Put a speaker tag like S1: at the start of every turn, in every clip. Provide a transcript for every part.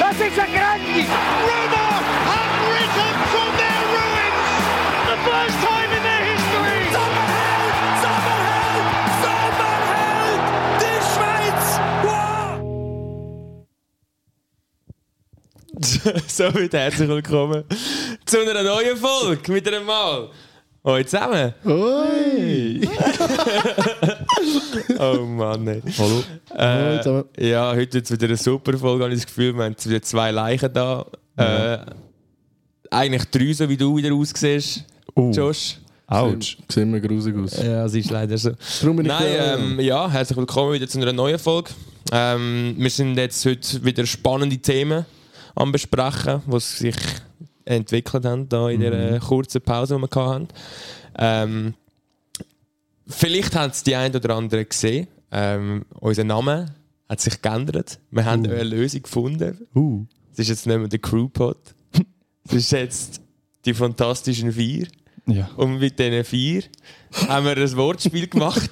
S1: Casagrande.
S2: Rumour have risen from their ruins. The first time in their history.
S3: Sommerheld, Sommerheld, Sommerheld, die Schweiz! Wow!
S4: Somit herzlich willkommen zu einer neuen Folge mit einem Mal. Heute zusammen.
S5: Hoi!
S4: Oh Mann, ey.
S5: Hallo.
S4: Äh,
S5: Hallo zusammen.
S4: ja, heute wird es wieder eine super Folge, habe ich das Gefühl. Wir haben jetzt wieder zwei Leichen da. Äh, eigentlich drei, so wie du wieder aussiehst,
S5: Oh.
S4: Josh.
S5: Autsch. Sehen wir grusig aus.
S4: Ja, es ist leider so.
S5: Darum bin ich
S4: Äh, Nein,
S5: da.
S4: ähm, ja, herzlich willkommen wieder zu einer neuen Folge. Ähm, wir sind jetzt heute wieder spannende Themen am besprechen, die sich entwickelt haben da in der äh, kurzen Pause, die wir hatten. Ähm, vielleicht haben es die ein oder andere gesehen. Ähm, unser Name hat sich geändert. Wir haben eine Lösung gefunden.
S5: Uh.
S4: Es ist jetzt nicht mehr der Crewpod. es ist jetzt die fantastischen Vier.
S5: Ja.
S4: Und mit diesen vier haben wir ein Wortspiel gemacht.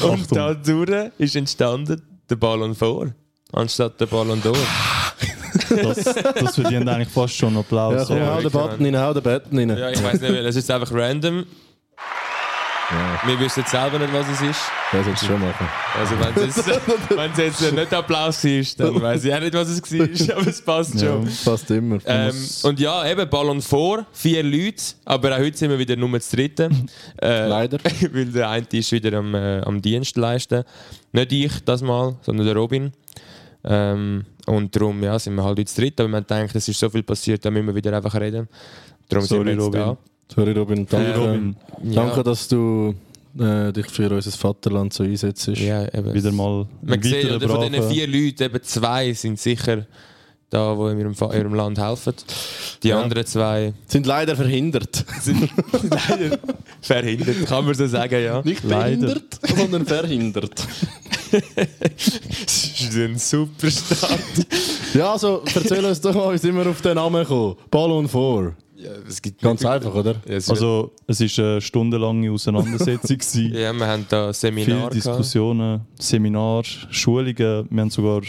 S4: und
S5: Achtung.
S4: dadurch ist entstanden der Ballon vor, anstatt der Ballon d'Or.
S6: Das, das verdient eigentlich fast schon
S5: Ja,
S6: Applaus.
S5: komm,
S4: ja,
S5: hau den
S4: wirklich,
S5: Button rein, hau den Button rein.
S4: Ja, ich weiß nicht, weil es ist einfach random. Wir wissen selber nicht, was es ist.
S5: Das sollst du schon machen.
S4: Also wenn es jetzt, wenn es jetzt nicht Applaus ist, dann weiß ich auch nicht, was es war, aber es passt
S5: Ja,
S4: schon.
S5: passt immer.
S4: Ähm, und ja, eben Ballon vor, vier Leute, aber auch heute sind wir wieder nur zu dritten. Äh,
S5: Leider.
S4: weil der eine ist wieder am, äh, am Dienst leisten. Nicht ich das mal, sondern der Robin. Ähm, und darum ja, sind wir halt heute zu dritt, aber man denkt, es ist so viel passiert, da müssen wir wieder einfach reden. Darum sind wir
S6: Sorry,
S4: jetzt
S6: Robin.
S4: da.
S5: Sorry, Robin.
S6: Ähm,
S5: Danke,
S6: Robin.
S4: Ja.
S5: danke dass du äh, dich für unser Vaterland so einsetzt.
S4: Ja, eben.
S6: Wieder mal
S4: Man
S6: ein
S4: sieht,
S6: weiterer
S4: oder, von diesen
S6: braver-
S4: vier Leuten, eben zwei sind sicher da, die in ihrem, Fa- ihrem Land helfen. Die
S5: Ja.
S4: anderen zwei
S5: Sind leider verhindert.
S4: sind leider verhindert, kann man so sagen, ja.
S5: Nicht
S6: Leider.
S5: behindert, sondern verhindert.
S4: Das ist ein super Start.
S5: Ja, also erzähl uns doch mal, wie sind wir auf den Namen gekommen? Ballon vor.
S4: es gibt
S5: Ganz einfach, oder?
S4: also,
S6: Also, es war eine stundenlange Auseinandersetzung. gewesen.
S4: ja, wir haben da ein
S6: Viele
S4: Seminar. gehabt.
S6: Diskussionen, Seminare, Schulungen. Wir haben sogar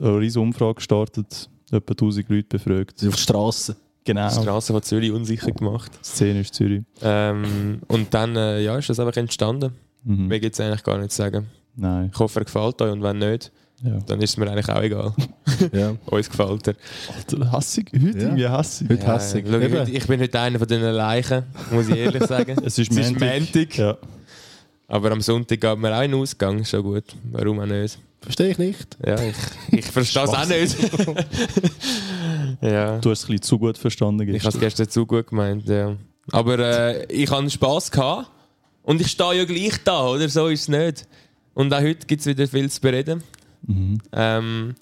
S6: eine riesige Umfrage gestartet. Etwa 1000 Leute befragt.
S5: Sind auf der Straße.
S4: Die
S6: Genau.
S4: Straße von Zürich unsicher gemacht.
S6: Szene ist Zürich.
S4: Ähm, und dann äh, ja, ist das einfach entstanden.
S5: Mhm.
S4: Mir gibt es eigentlich gar nicht zu sagen.
S6: Nein.
S4: Ich hoffe, er gefällt euch und wenn nicht,
S6: Ja.
S4: dann ist es mir eigentlich auch egal.
S5: Ja.
S4: Uns gefällt er.
S6: Alter, hassig. Heute
S5: Ja.
S6: irgendwie hassig.
S5: Heute hässig.
S4: Ja, schau, ich,
S5: Eben.
S4: bin- ich bin heute einer von diesen Leichen, muss ich ehrlich sagen.
S6: Es ist
S4: Montag.
S6: Ja.
S4: Aber am Sonntag geht mir auch in den Ausgang, schon gut. Warum auch nicht?
S5: Verstehe ich nicht.
S4: Ja, ich, ich verstehe es auch nicht. ja.
S6: Du hast es ein bisschen zu gut verstanden.
S4: Ich habe
S6: gestern.
S4: es gestern zu gut gemeint, ja. Aber äh, ich hatte Spass gehabt. und ich stehe ja gleich da, oder? So ist es nicht. Und auch heute gibt es wieder viel zu bereden.
S6: Mhm.
S4: Ähm,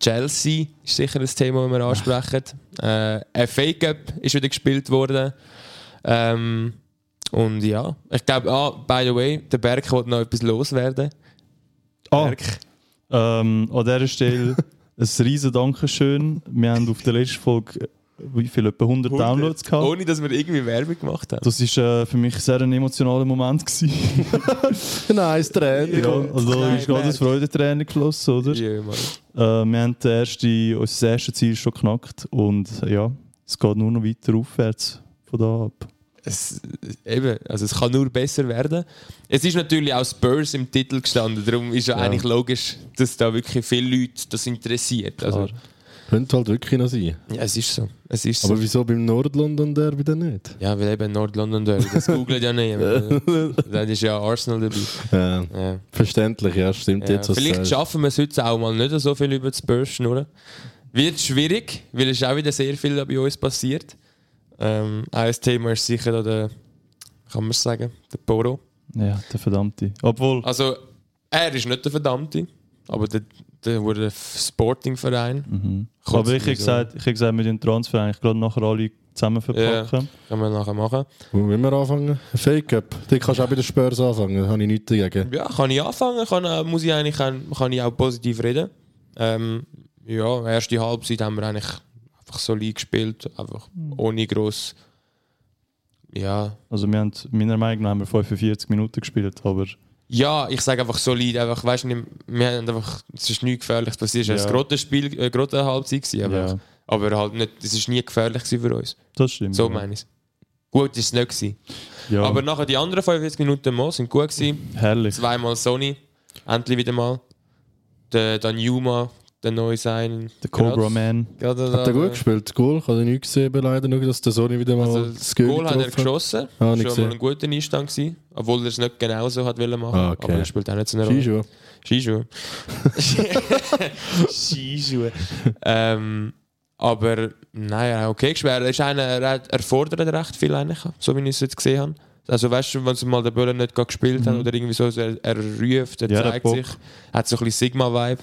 S4: Chelsea ist sicher ein Thema, das wir ansprechen. Äh, FA Cup ist wieder gespielt worden. Ähm, und ja, ich glaube, ah, by the way, der Berg wollte noch etwas loswerden.
S6: Ah,
S4: Berg.
S6: Ähm, an dieser Stelle ein riesen Dankeschön. Wir haben auf der letzten Folge äh, wie viel, etwa 100, Downloads gehabt.
S4: Ohne, dass wir irgendwie Werbung gemacht haben.
S6: Das war äh, für mich sehr ein emotionaler Moment. gewesen.
S5: Nice, Trend.
S6: ja, also da
S4: Nein,
S6: ist gerade
S4: nein.
S6: das Freudentränen geflossen, oder?
S4: Ja, Mann.
S6: Äh, wir haben den ersten, unser erstes Ziel schon geknackt und äh, ja, es geht nur noch weiter aufwärts von da ab.
S4: es, eben, also es kann nur besser werden. Es ist natürlich auch Spurs im Titel gestanden, darum ist ja, eigentlich logisch, dass da wirklich viele Leute das interessiert. Also,
S5: Könnte halt wirklich noch sein.
S4: ja, es ist so. Es ist so.
S5: Aber wieso beim Nord-London Derby dann nicht?
S4: Ja, weil eben Nord-London Derby, das googelt ja niemand. Dann ist ja Arsenal dabei.
S5: Ja.
S4: Ja.
S5: Äh, Verständlich, ja, stimmt
S4: Ja.
S5: jetzt. was du
S4: Vielleicht
S5: sagst.
S4: schaffen wir es heute auch mal nicht so viel über die Spurs schnurren. Wird schwierig, weil es ist auch wieder sehr viel bei uns passiert. Ähm, auch ein Thema ist sicher da der, kann man es sagen, der Poro.
S6: Ja, der verdammte. Obwohl,
S4: Also, er ist nicht der Verdammte, aber der, der wurde der Sportingverein. Kurz
S6: Mhm. aber ich hätte
S4: sowieso.
S6: gesagt, ich hätte gesagt, wir den Transfer eigentlich gerade nachher alle zusammen verpacken.
S4: Können wir nachher machen.
S5: Wo wollen wir anfangen? Fake-Up. Den kannst du auch bei den Spurs anfangen, da habe ich nichts dagegen.
S4: Ja, kann ich anfangen, kann, äh, muss ich eigentlich kann, kann ich auch positiv reden. Ähm, ja, erste Halbzeit haben wir eigentlich einfach solid gespielt, einfach
S6: Mhm.
S4: ohne gross. Ja,
S6: Also wir haben, meiner Meinung nach haben wir 45 Minuten gespielt, aber
S4: Ja, ich sage einfach solid. Einfach, weißt, wir wir haben einfach, es ist nie gefährlich passiert. Es war
S6: Ja.
S4: ein Grottenspiel, äh, Grottenhalbzeit. gewesen, einfach.
S6: Ja,
S4: Aber halt nicht, es war nie gefährlich gewesen für uns.
S6: das stimmt.
S4: So
S5: Mhm.
S6: ja.
S4: meine ich es. Gut ist es nicht. Gewesen.
S6: Ja,
S4: Aber nachher die anderen 45 Minuten Mo sind gut. Gewesen.
S6: herrlich.
S4: Zweimal Sony, endlich wieder mal. Der, dann Yuma, der neue sein.
S6: Der Cobra Man.
S4: Gerade
S5: Hat er gut gespielt? Das Goal? Kann ich nicht gesehen, aber leider. Nur, dass der Sony wieder mal
S4: Also, das Goal hat er
S5: getroffen
S4: geschossen. Ah,
S5: Ah, nicht
S4: schon
S5: gesehen.
S4: mal ein guter Einstand gewesen, obwohl er es nicht genau so hat wollen machen.
S5: Ah, okay.
S4: Aber er spielt auch nicht so eine Rolle.
S5: Skischuhe.
S4: Skischuhe. Skischuhe. ähm, aber naja, okay, gespielt. er ist einer, er, hat- er fordert recht viel eigentlich, so wie ich es jetzt gesehen habe. Also weißt du, wenn sie mal den Böllen nicht gerade gespielt haben oder irgendwie so, so er, er ruft, er
S6: Mhm. Ja, der
S4: zeigt
S6: Bock.
S4: sich, hat so ein bisschen Sigma-Vibe.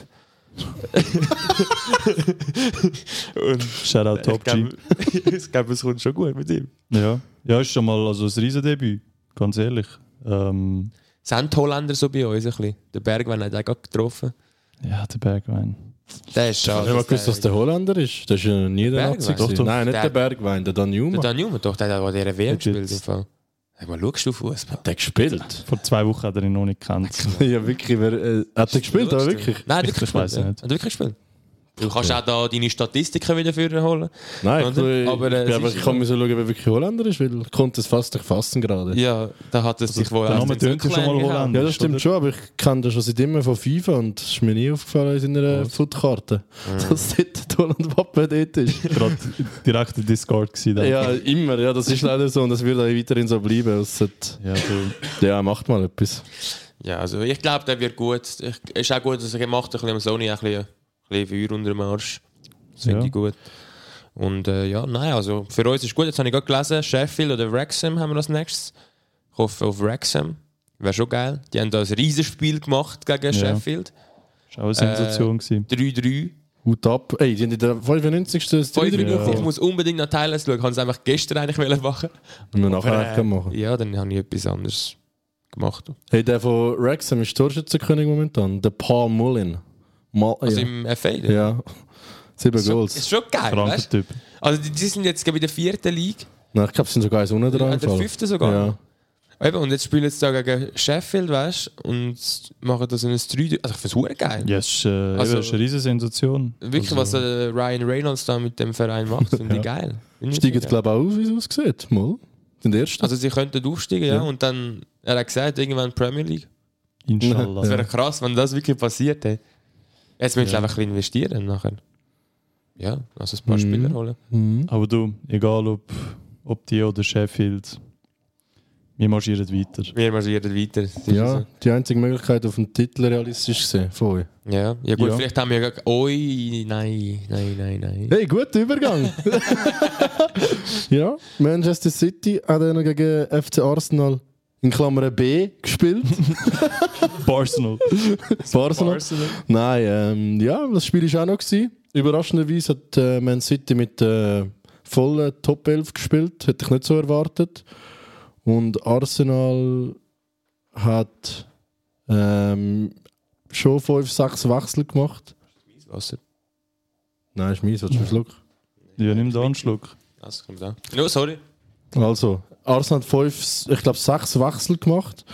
S4: Und
S6: Shoutout Top G.
S4: Ich glaube, ich glaube, es kommt schon gut mit ihm.
S6: Ja. ja, ist schon mal also ein Riesendebüt, ganz ehrlich. Ähm,
S4: Sind die Holländer so bei uns ein bisschen? Der Bergwein hat auch gerade getroffen.
S6: ja, der Bergwein.
S4: Der ist schade.
S5: Ich habe mal gewusst, dass
S4: dass
S5: der Holländer ist. Das ist ja nie der
S4: Bergwein.
S5: Nazi.
S4: Doch,
S5: gewesen.
S6: doch.
S5: Nein, nicht
S4: Der-
S5: der Bergwein, der Dan
S4: Der
S5: Juma.
S4: Dan Newman, doch, der hat auch der WM
S6: Hat jetzt-
S4: gespielt. Im Fall. Hey, mal schaust du Fußball?
S5: Der hat gespielt.
S6: Vor zwei Wochen hat er ihn noch nicht gekannt.
S5: ja, wirklich. Wer, äh, hat er gespielt, aber
S4: Schaust du?
S5: wirklich?
S4: Nein, hat
S6: Ich-
S4: wirklich
S6: ich weiss
S4: gespielt. ja.
S6: nicht.
S4: Hat wirklich gespielt. Du kannst auch da deine Statistiken wieder für holen.
S5: Nein,
S4: Oder?
S5: ich,
S4: Aber, äh,
S5: ich, glaube,
S4: es ist-
S5: ich kann mir so schauen, ob er wirklich Holländer ist, weil ich konnte es fast nicht fassen gerade.
S4: Ja, da hat es sich wohl
S6: der
S4: auch
S6: Name
S4: ins
S6: tönt ja schon mal
S4: Rücklein gehabt.
S6: Holland.
S5: Ja, das stimmt schon, aber ich kenne das schon seit immer von FIFA und es ist mir nie aufgefallen in seiner Foodkarte,
S6: Ah.
S5: dass dort die Holland-Wappe dort ist.
S6: Gerade direkt im Discord gewesen. da.
S5: ja, immer, ja, das ist leider so und das wird auch weiterhin so bleiben. Es hat,
S6: Ja, du,
S5: ja, macht mal etwas.
S4: Ja, also ich glaube, der wird gut. Ich, ist auch gut, dass er gemacht hat. Ein bisschen am Sony auch ein bisschen, ein bisschen Feuer unter dem Arsch. Das finde
S6: Ja.
S4: ich gut. Und äh, ja, nein, also für uns ist gut. Jetzt habe ich gerade gelesen, Sheffield oder Wrexham haben wir als nächstes. Ich hoffe auf Wrexham. Wäre schon geil. Die haben da ein Riesenspiel gemacht gegen Sheffield.
S6: ist auch eine
S4: Äh,
S6: Sensation gewesen.
S4: 3-3.
S5: Hut ab. Ey, die haben in der 95. das 3
S4: 5-3
S5: gemacht.
S4: Ich muss unbedingt nach Thailand schauen. Ich habe es einfach gestern eigentlich wollen machen.
S5: Müssen wir nachher
S4: äh,
S5: äh, machen.
S4: Ja, dann habe ich etwas anderes gemacht.
S5: Hey, der von Wrexham ist Torschützenkönig momentan. Der Paul Mullin. Mal,
S4: Also
S5: ja.
S4: im FA. dann.
S5: ja. Sieben
S4: Ist schon,
S5: Goals.
S4: ist schon geil,
S6: Kranker
S4: weißt
S6: Typ.
S4: Also die, die sind jetzt glaub ich, in der vierten Liga.
S5: Nein, ich glaube, es sind sogar eins unten dran.
S4: An der
S5: im Fall.
S4: fünften sogar. Ah,
S5: Ja.
S4: Eben, und jetzt spielen sie da gegen Sheffield, weißt du, und machen das in ein 3 Also ich finde es verdammt geil.
S6: Ja, es ist, äh,
S4: Also-
S6: also, ist eine riesige Sensation.
S5: Also
S6: Also,
S4: Wirklich, was äh, Ryan Reynolds da mit dem Verein macht, finde ich geil. Finde ich
S5: Steigen,
S4: geil.
S5: glaube ich, auch auf, wie es aussieht. Mal. Den ersten.
S4: Also sie könnten aufsteigen, ja, und dann, er hat gesagt, irgendwann Premier League.
S6: Inshallah.
S4: Das wäre krass, wenn das wirklich passiert hätte. Jetzt müssen sie
S6: Ja.
S4: einfach ein bisschen investieren nachher. Ja, also ein paar Spieler holen.
S5: Mhm.
S6: Aber du, egal ob, ob die oder Sheffield, wir marschieren weiter.
S4: Wir marschieren weiter. Das ist
S5: Ja,
S4: so.
S5: die einzige Möglichkeit auf den Titel realistisch gesehen von euch.
S4: ja. Ja gut,
S6: Ja.
S4: vielleicht haben wir ja... Oi, nein, nein, nein, nein.
S5: Hey, guter Übergang! ja, Manchester City hat dann noch gegen FC Arsenal in Klammern B gespielt.
S6: Arsenal.
S5: Arsenal. Nein, ähm, ja, das Spiel war auch noch. Gewesen. Überraschenderweise hat äh, Man City mit äh, vollen Top 11 gespielt. Hätte ich nicht so erwartet. Und Arsenal hat ähm, schon 5-6 Wechsel gemacht.
S4: Wasser.
S5: Nein, ist mies, was für ein Schluck.
S6: Ja, nimm den Anschluck.
S4: Das kommt da. No, sorry.
S5: Also, Arsenal hat fünf, ich glaube sechs Wechsel gemacht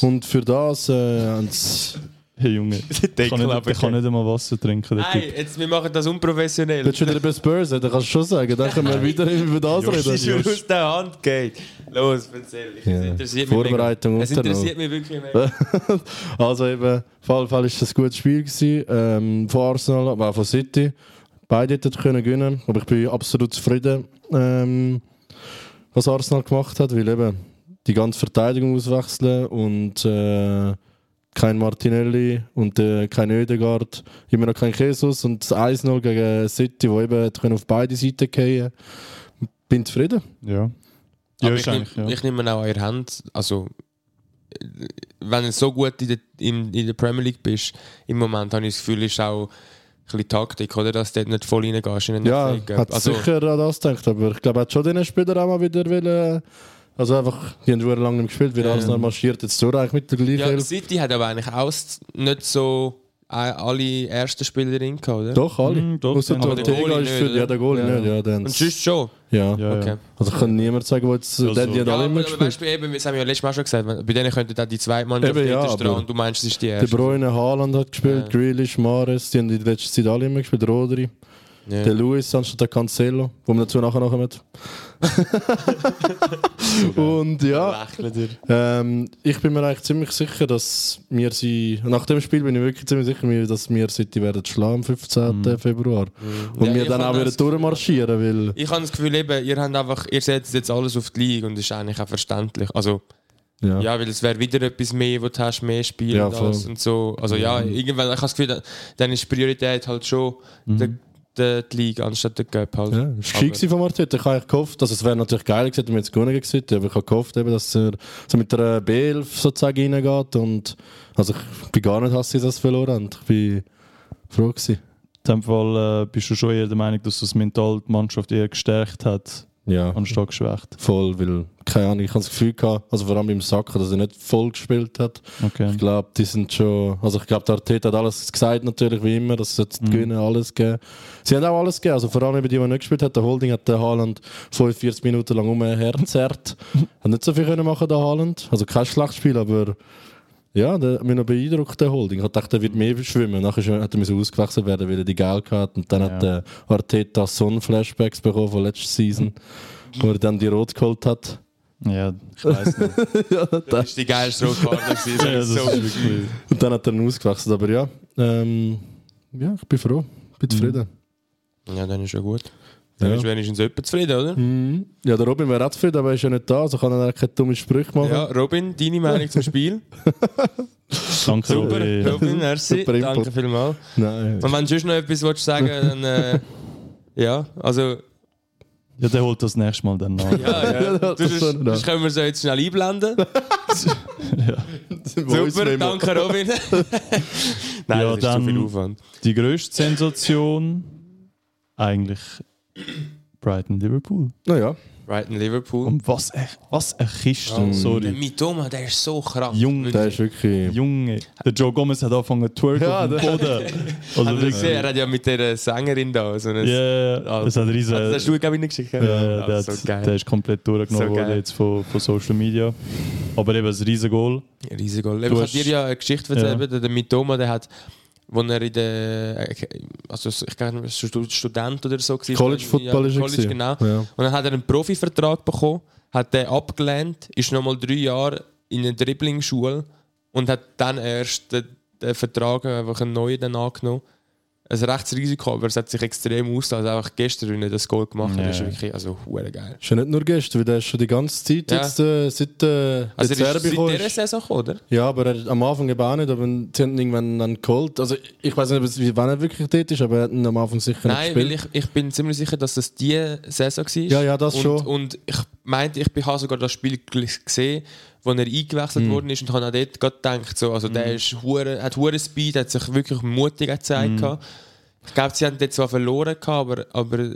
S5: und für das äh, haben sie-
S6: Hey Junge, der kann, nicht, der kann nicht einmal Wasser trinken. Der
S4: Nein,
S6: typ.
S4: jetzt, wir machen das unprofessionell.
S5: Willst du wieder über Spurs reden? Kannst du schon sagen. Dann können wir wieder über das
S4: Das ist schon
S5: reden.
S4: aus der Hand geht. Los, erzähl. Ich-
S5: Ja.
S4: Es interessiert
S5: Vorbereitung
S4: mich. mega. Es
S5: unten
S4: interessiert mich wirklich mehr.
S5: Also eben, auf jeden Fall ist das ein gutes Spiel gewesen, ähm, von Arsenal, aber auch von City. Beide hätten können gewinnen, aber ich bin absolut zufrieden, ähm, was Arsenal gemacht hat, weil eben die ganze Verteidigung auswechseln und äh, kein Martinelli und äh, kein Oedegaard, immer noch kein Jesus und das 1-0 gegen City, wo eben hätte können auf beide Seiten gehen. Bin zufrieden.
S6: Ja. Ja,
S4: Aber
S6: ist
S4: ich,
S6: eigentlich,
S4: nehm,
S6: ja.
S4: ich nehme auch eure Hand. Also, äh, wenn du so gut in der, in, in der Premier League bist, im Moment habe ich das Gefühl, ist auch ein bisschen Taktik, oder? Dass du dort nicht voll reingehst in den
S5: Ja,
S4: FA Cup.
S5: hat
S4: also,
S5: sicher an das gedacht, aber ich glaube, er hat schon den Spieler auch mal wieder wollen. Also einfach, die haben sehr lange nicht mehr gespielt, weil Arsenal marschiert jetzt durch eigentlich mit der gleichen
S4: ja,
S5: Elf.
S4: City hat aber eigentlich auch s- nicht so äh, alle ersten Spieler drin gehabt, oder?
S5: Doch, alle.
S4: Mhm,
S6: Mm, doch,
S5: Außer
S6: aber
S5: der
S6: der
S5: Ortega
S4: Goalie
S5: ist
S4: nicht,
S5: für
S4: oder?
S5: ja, der Goalie
S6: Ja.
S5: nicht. Ja, dann,
S4: Und sonst schon.
S5: ja.
S6: Ja,
S4: Okay.
S6: ja.
S5: Also ich kann niemand sagen, wo jetzt...
S6: Ja,
S5: der,
S6: so.
S5: die hat
S4: Ja,
S5: alle immer
S4: aber, aber
S5: gespielt.
S4: weißt du, eben, das haben wir ja letztes Mal schon gesagt, bei denen könnte dann die zweite Mannschaft
S5: Eben, ja,
S4: hinterst dran
S5: aber-
S4: und du meinst, es ist die
S5: Der
S4: erste.
S5: Bruyne Haaland hat gespielt,
S4: Ja.
S5: Grealish, Mares, die haben in der letzten Zeit alle immer gespielt, Rodri,
S4: Ja.
S5: der Luis anstatt der Cancelo, wo wir dazu nachher noch kommen. Und ja, ähm, ich bin mir eigentlich ziemlich sicher, dass wir sie, nach dem Spiel bin ich wirklich ziemlich sicher, wir- dass wir City werden schlagen am 15. Februar. Und
S4: Mhm. Ja,
S5: wir
S4: ich
S5: dann
S4: hab
S5: auch wieder
S4: das Gefühl.
S5: durchmarschieren, weil...
S4: Ich habe das Gefühl, eben, ihr, habt einfach, ihr setzt jetzt alles auf die Liga und das ist eigentlich auch verständlich. Also,
S5: Ja.
S4: ja, weil es wäre wieder etwas mehr, wo du hast, mehr Spiele
S5: Ja,
S4: und alles
S5: voll. Mhm.
S4: und so. Also ja, irgendwann, ich habe das Gefühl, dann- dann ist Priorität halt schon der, der, die Liga anstatt der Cup halt.
S5: Mhm. Ja, es war gescheit gewesen von Arteta. Ich habe eigentlich gehofft, dass es wäre natürlich geil gewesen, wenn wir jetzt gewonnen gesehen aber ich habe gehofft, eben, dass er so mit der B11 sozusagen reingeht und also ich bin gar nicht hassig, dass sie verloren haben. Ich bin froh gewesen.
S6: In dem Fall äh, bist du schon eher der Meinung, dass das mental die Mannschaft eher gestärkt hat,
S5: Ja,
S6: anstatt geschwächt.
S5: voll, weil keine Ahnung, ich habe das Gefühl gehabt, also vor allem beim Sacker, dass er nicht voll gespielt hat.
S6: Okay.
S5: Ich glaube, die sind schon, also ich glaube, der Arteta hat alles gesagt natürlich, wie immer, dass sie jetzt
S6: Mhm.
S5: gewinnen, alles geben. Sie haben auch alles gegeben, also vor allem eben die, die nicht gespielt hat. Der Holding hat den Haaland 45 Minuten lang umherzerrt. hat nicht so viel können machen, der Haaland. Also kein Schlachtspiel, aber ja, der hat mich noch beeindruckt, der Holding. Ich dachte, der wird mehr schwimmen. Nachher schw- hat er müssen ausgewechselt werden, weil er die Geld hatte. Und dann
S6: Ja.
S5: hat der Arteta so einen Flashbacks bekommen von letzter Season, wo er dann die Rot geholt hat.
S6: Ja, ich weiß nicht.
S4: Das ist die geilste Rotkarte gewesen.
S6: ja, das ist
S4: so.
S6: wirklich.
S5: Und dann hat er ihn ausgewechselt. Aber ja, ähm, ja ich bin froh, bin zufrieden.
S4: Ja, dann ist ja gut. Dann
S5: Ja.
S4: ist wenigstens jemand zufrieden, oder?
S5: Ja, der Robin wäre auch zufrieden, aber er ist ja nicht da, also kann er auch keine dummen Sprüche machen.
S4: Ja, Robin, deine Meinung zum Spiel?
S6: Danke,
S4: Super,
S6: Robin.
S4: Robin, merci.
S5: Super Input.
S4: Danke vielmals.
S5: Nein.
S4: Und wenn du sonst noch etwas willst sagen dann äh, ja, also,
S6: Ja, der holt das nächste Mal dann nach.
S4: ja, Dus ja.
S5: das
S4: Du,
S5: ist
S4: sonst,
S5: schon-
S4: sonst können wir es ja jetzt schnell einblenden. Super, danke Robin. Nein,
S6: Ja,
S4: das ist zu viel
S6: dann-
S4: Aufwand.
S6: Die grösste Sensation eigentlich Brighton Liverpool.
S5: Naja,
S4: Brighton, Liverpool.
S6: Und was ein, was ein Kisten,
S4: Der
S6: sorry.
S4: Mitoma, der ist so krank.
S6: Junge,
S5: der ist wirklich...
S6: Junge. Der Joe Gomez hat angefangen zu twerken
S5: Ja,
S6: auf dem Boden. Also
S4: Hat er,
S6: wirklich.
S4: gesehen, er hat ja mit der Sängerin da so ein...
S6: Ja, ja, ja. Das hat riesen...
S4: Also, das hast du, glaube ich, nicht geschickt.
S6: Ja, ja, Äh, der,
S4: so
S6: hat, der
S4: geil.
S6: ist komplett durchgenommen
S4: So geil.
S6: worden jetzt von, von Social Media. Aber eben ein riesen Goal.
S4: Riesig. Ich
S6: Du
S4: kann
S6: hast-
S4: dir ja eine Geschichte erzählen. Der- Der Mitoma, der hat, wo er in der, also ich glaube, Student oder so war.
S5: College Football
S4: ja,
S5: ist
S4: College,
S5: er gewesen.
S4: genau.
S5: Ja.
S4: Und dann hat er einen Profivertrag bekommen, hat den abgelehnt, ist nochmal drei Jahre in eine Dribbling-Schule und hat dann erst den, den Vertrag, eh, einfach einen neuen dann angenommen. Ein rechtes Risiko, aber es hat sich extrem ausgelassen. Also einfach gestern, wenn er das Goal gemacht hat,
S6: Ja.
S4: ist wirklich, also, hure geil.
S5: Schon nicht nur gestern, weil der ist schon die ganze Zeit
S4: Ja.
S5: jetzt, äh, seit äh,
S4: Also,
S5: der
S4: er ist
S5: Serbi
S4: seit
S5: gekommen
S4: dieser
S5: ist.
S4: Saison gekommen, oder?
S5: Ja, aber er, am Anfang eben auch nicht, aber sie haben ihn irgendwann dann geholt. Also ich- ich weiß nicht, ob es- wie- wann er wirklich dort ist, aber er hat ihn am Anfang sicher
S4: Nein,
S5: nicht
S4: weil
S5: gespielt.
S4: ich, ich bin ziemlich sicher, dass das die Saison war.
S5: Ja, ja, das
S4: und,
S5: schon.
S4: Und ich meinte, ich bin- habe sogar das Spiel g- gesehen, wo er
S5: Mhm.
S4: eingewechselt worden ist und habe auch dort gerade gedacht, so, also der ist hure, hat hure Speed, hat sich wirklich mutig gezeigt.
S5: Mhm.
S4: gehabt. Ich glaube, sie haben dort zwar verloren, gehabt, aber, aber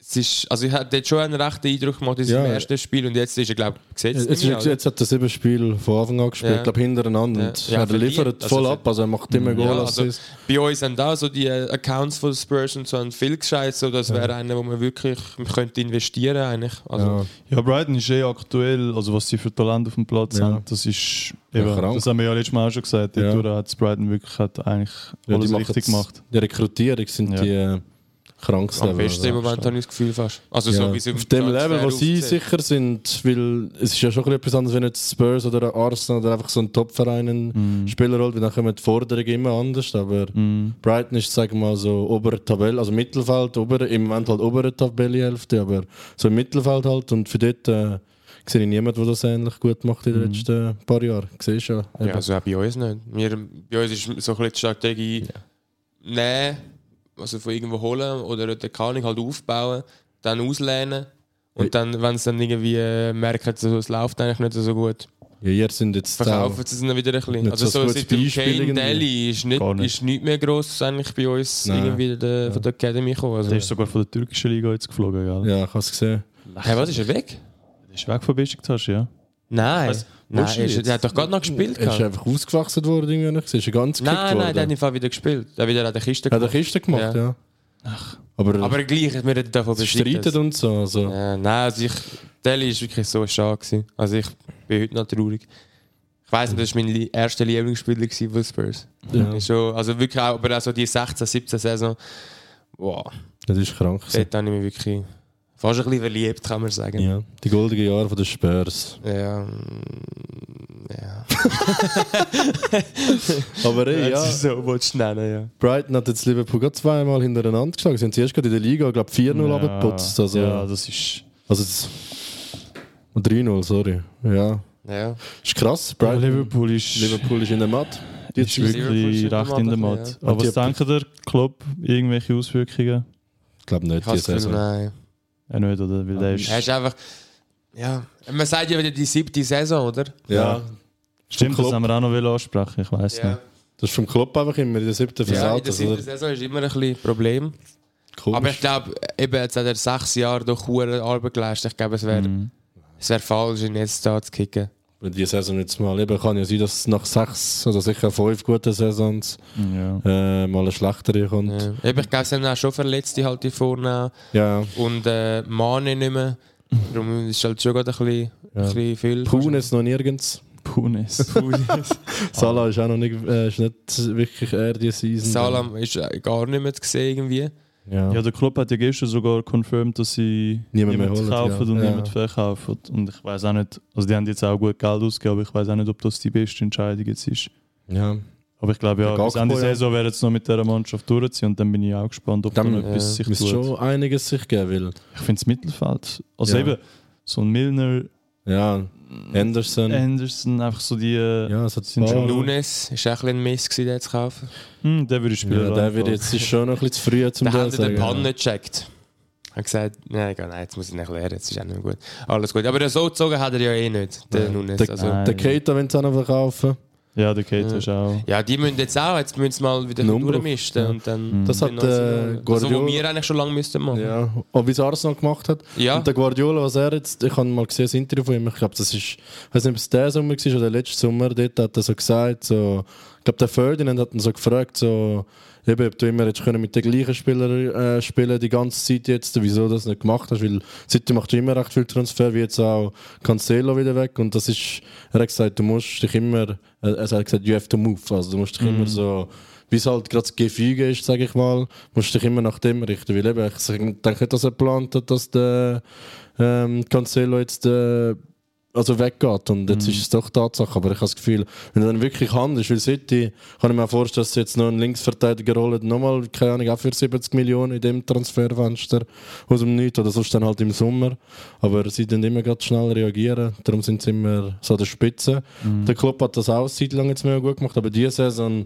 S4: es ist, also ich habe dort schon einen rechten Eindruck gemacht in seinem
S5: Ja.
S4: ersten Spiel und jetzt ist er, glaube ich,
S5: Jetzt,
S4: gesetzt.
S5: jetzt,
S4: nicht mehr,
S5: jetzt,
S4: oder?
S5: hat er sieben Spiele von Anfang an gespielt,
S4: Ja.
S5: glaube hintereinander.
S4: Ja.
S5: Und
S4: Ja,
S5: er
S4: verdient.
S5: liefert
S4: Also
S5: voll
S4: ver-
S5: ab, also er macht immer Goal
S4: Ja, also
S5: Assist.
S4: bei uns haben da so die äh, Accounts von Spurs und so haben viel gescheit, so das wäre einer, wo man wirklich könnte investieren eigentlich. Also,
S5: Ja.
S6: Ja, Brighton ist eh aktuell, also was sie für Talent auf dem Platz
S5: Ja.
S6: haben, das ist
S5: Ja,
S6: eben,
S5: krank.
S6: das haben wir ja letztes Mal auch schon gesagt,
S5: Ja.
S6: dadurch hat Brighton wirklich hat eigentlich
S5: Ja,
S6: alles
S5: die
S6: richtig
S5: machen
S6: gemacht.
S5: Die Rekrutierung sind
S6: Ja.
S5: die äh, kranksten.
S4: Am besten im Moment
S5: ja.
S4: habe ich das Gefühl fast. Also so wie sie
S5: Auf dem Level, wo sie
S4: sich
S5: sicher sind, weil es ist ja schon ein bisschen etwas anderes, wenn jetzt Spurs oder Arsenal oder einfach so ein Topverein einen Spieler holt, weil dann kommen die Forderungen immer anders, aber Brighton ist, sagen wir mal, so obere Tabelle, also Mittelfeld, obere, im Moment halt obere Tabellenhälfte, aber so im Mittelfeld halt und für dort äh, sehe ich niemanden, der das ähnlich gut macht in den letzten paar Jahren. Siehst du ja.
S4: Ja, also auch bei uns nicht. Wir, bei uns ist so ein bisschen die Strategie nehmen, also von irgendwo holen oder den Kaning halt aufbauen, dann auslehnen und dann, wenn es dann irgendwie äh, merken, so, es läuft eigentlich nicht so gut,
S5: Ja, ihr sind jetzt
S4: verkaufen sie es dann wieder ein bisschen.
S5: Nicht
S4: Also
S5: so ein
S4: so
S5: gutes
S4: seit dem
S5: Beispiel
S4: Kane
S5: irgendwie.
S4: Daly ist nicht,
S6: Gar nicht.
S4: ist nicht mehr gross eigentlich bei uns
S5: Nein.
S4: irgendwie der, von der Academy gekommen. Also,
S6: Der ist sogar von der türkischen Liga jetzt geflogen, gell?
S5: Ja, ich habe es gesehen.
S4: hey, was, ist er weg?
S6: Der ist weg von Besiktas, ja.
S4: Nein.
S6: Was?
S4: Nein,
S6: Wusstest du
S4: ist,
S6: jetzt?
S4: er hat doch gerade noch gespielt.
S5: Er ist
S4: gehabt.
S5: einfach ausgewachsen worden, irgendwie nicht. Er ist ganz gekickt
S4: Nein, nein, der hat
S5: worden.
S4: im Fall wieder gespielt. Der hat wieder an der Kiste
S5: Hat er
S4: gemacht.
S5: Kiste gemacht, ja. Aber,
S4: Aber gleich, wir reden davon
S5: streitet und so. Also.
S4: Ja, nein, also ich, Deli war wirklich so schade. Gewesen. Also ich bin heute noch traurig. Ich weiss nicht, das war mein li erster Lieblingsspieler gewesen von Spurs.
S5: Ja.
S4: Ist Schon, also wirklich auch, aber auch so die 16, 17 Saison. Wow,
S5: Das ist krank. gewesen.
S4: dort habe ich mich wirklich fast ein bisschen verliebt, kann man sagen.
S5: Ja. Die goldenen Jahre der Spurs.
S4: Ja, mm, ja.
S5: Aber ey,
S4: Das
S5: ja.
S4: ist so, was du nennen, ja.
S5: Brighton hat jetzt Liverpool gerade zweimal hintereinander geschlagen. Sie haben zuerst gerade in der Liga, glaube ich, 4-0 abgeputzt. Also,
S6: ja, das ist.
S5: also das, und 3-0, sorry. Ja.
S4: ja.
S5: Ist krass.
S6: Ja,
S5: Brighton,
S6: Liverpool ist,
S5: Liverpool ist in der Matt. Die
S6: ist
S5: ich
S4: Liverpool
S6: wirklich
S4: ist
S6: recht in der
S4: Matt,
S6: Matt.
S5: Und
S6: Aber
S5: die
S6: was denkt ihr, Klopp, irgendwelche Auswirkungen?
S5: glaube nicht,
S4: Ich
S5: die
S4: hasse das Gefühl,
S5: Saison.
S4: nein.
S6: Er nicht, oder? Weil der
S4: Er ist
S6: ist.
S4: einfach, ja. Man sagt ja wieder die siebte Saison, oder?
S5: Ja,
S6: Stimmt, das
S5: Klopp.
S6: haben wir auch noch will ansprechen, ich weiß nicht.
S5: das ist vom Klopp einfach immer in der siebten
S4: Ja, in
S5: versaut.
S4: der
S5: also,
S4: siebten Saison ist immer ein bisschen ein Problem.
S5: komisch.
S4: Aber ich glaube, eben jetzt hat er sechs Jahre durch hohe Arbeit geleistet. Ich glaube, es wäre
S6: Mhm.
S4: es wär falsch, ihn jetzt da zu kicken.
S5: Wenn die Saison jetzt mal eben kann ja sein, dass nach sechs oder sicher fünf guten Saisons
S6: Ja.
S5: äh, mal eine schlechtere kommt.
S4: Ja. Eben, ich glaube, sie haben auch schon Verletzte halt hier vorne
S5: Ja.
S4: und äh, Mane nicht mehr. Darum ist halt schon gerade ein bisschen, ein
S5: Ja.
S4: bisschen viel.
S5: Kuhn ist noch nirgends.
S6: Punis.
S5: Salah ist auch noch nicht, äh, ist nicht wirklich er die Season.
S4: Salam ist äh, gar nicht mehr zu sehen irgendwie.
S5: Ja.
S6: Ja, der Club hat ja gestern sogar confirmed, dass sie
S5: Niemand
S6: niemand
S5: mehr holen,
S6: kaufen
S5: ja.
S6: und
S5: Ja.
S6: niemand verkaufen. Und ich weiß auch nicht, also die haben jetzt auch gut Geld ausgegeben, aber ich weiß auch nicht, ob das die beste Entscheidung jetzt ist.
S5: ja.
S6: Aber ich glaube ja,
S5: Der
S6: bis Ende
S5: Gakpo, ja.
S6: Saison wäre jetzt noch mit dieser Mannschaft durchziehen und dann bin ich auch gespannt, ob
S5: Dann,
S6: dann, noch etwas
S4: ja,
S5: Muss
S6: sich tut.
S5: schon einiges sich geben will.
S6: Ich finde das Mittelfeld, also
S5: Ja.
S6: eben so ein Milner,
S5: Ja. Anderson.
S6: Anderson, einfach so die, äh,
S5: ja, es hat
S6: Sind schon
S5: Salah.
S4: Nunes ist auch ein bisschen ein Mist, gewesen, den zu kaufen.
S6: hm, der würde ich spielen.
S5: Ja, der wird jetzt ist schon noch ein bisschen zu früh zum
S4: Da
S5: den
S4: haben sie
S5: sagen.
S4: den Pan nicht gecheckt. Hat gesagt, nein, egal, nein, jetzt muss ich nicht lernen, jetzt ist auch nicht mehr gut. Alles gut. Aber so gezogen hat er ja eh nicht, der
S5: Nein.
S4: Nunes.
S5: Der-
S4: Also,
S6: Nein.
S5: Den Keita wollen sie auch noch verkaufen.
S6: Ja, der Kate
S4: Ja.
S6: ist auch.
S4: Ja, die müssen jetzt auch, jetzt müssen sie mal wieder
S5: Nummer.
S4: durchmischen und dann...
S5: Das hat äh,
S4: Guardiola... Also, was
S5: Guardiola.
S4: wir eigentlich schon lange müssten machen. Ja.
S5: Ja, und wie es Arsenal gemacht hat.
S4: Ja.
S5: Und der Guardiola, was er jetzt, ich habe mal gesehen, das Interview von ihm, ich glaube, das ist, ich weiß nicht, ob es der Sommer war oder letzten Sommer, dort hat er so gesagt, so, ich glaube, der Ferdinand hat ihn so gefragt, so, eben, ob du immer jetzt können mit den gleichen Spielern äh, spielen die ganze Zeit jetzt, wieso du das nicht gemacht hast, weil seitdem machst du immer recht viel Transfer, wie jetzt auch Cancelo wieder weg und das ist, er hat gesagt, du musst dich immer, äh, er hat gesagt, you have to move, also du musst dich immer so, wie es halt gerade das Gefüge ist, sage ich mal, musst du dich immer nach dem richten. Weil eben, ich denke nicht, dass er geplant hat, dass der ähm, Cancelo jetzt äh, also weggeht. Und jetzt ist es doch Tatsache. Aber ich habe das Gefühl, wenn er dann wirklich Hand ist, weil City, kann ich mir auch vorstellen, dass sie jetzt noch einen Linksverteidiger holen, nochmal, keine Ahnung, auch für 70 Millionen in dem Transferfenster aus dem Nichts oder sonst dann halt im Sommer. Aber sie dann immer gerade schnell reagieren. Darum sind sie immer so an der Spitze. Der Club hat das auch eine Zeit lang jetzt mega gut gemacht, aber diese Saison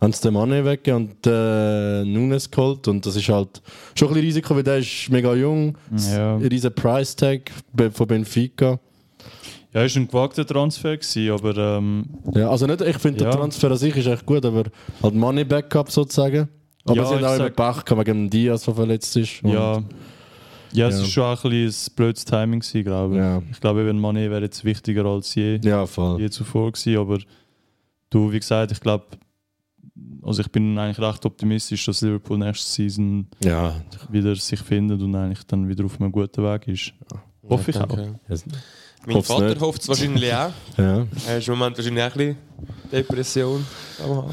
S5: haben sie den Mane weggegeben und äh, Nunes geholt und das ist halt schon ein bisschen Risiko, weil der ist mega jung,
S6: Ja.
S5: ein riesen Price Tag be- von Benfica.
S6: Ja, ist ein gewagter Transfer gewesen, aber ähm,
S5: Ja, also nicht, ich finde
S6: Ja.
S5: der Transfer an sich ist echt gut, aber halt Money Backup sozusagen. Aber
S6: Ja,
S5: sie haben
S6: ich
S5: auch immer
S6: sag-
S5: Pech gehabt wegen dem Diaz, der verletzt ist. und-
S6: ja. Ja, es
S5: Ja.
S6: ist schon auch ein, bisschen ein blödes Timing gewesen, glaube ich.
S5: Ja.
S6: Ich glaube, eben Mané wäre jetzt wichtiger als je,
S5: ja, voll.
S6: je zuvor gewesen, aber du, wie gesagt, ich glaube, also ich bin eigentlich recht optimistisch, dass Liverpool nächste Season
S5: Ja,
S6: wieder sich findet und eigentlich dann wieder auf einem guten Weg ist. Hoffe ich auch.
S4: Mein
S5: Hoff's
S4: Vater
S5: nicht.
S4: hofft es wahrscheinlich auch.
S5: ja.
S4: Er ist im Moment wahrscheinlich auch ein bisschen Depression. Aber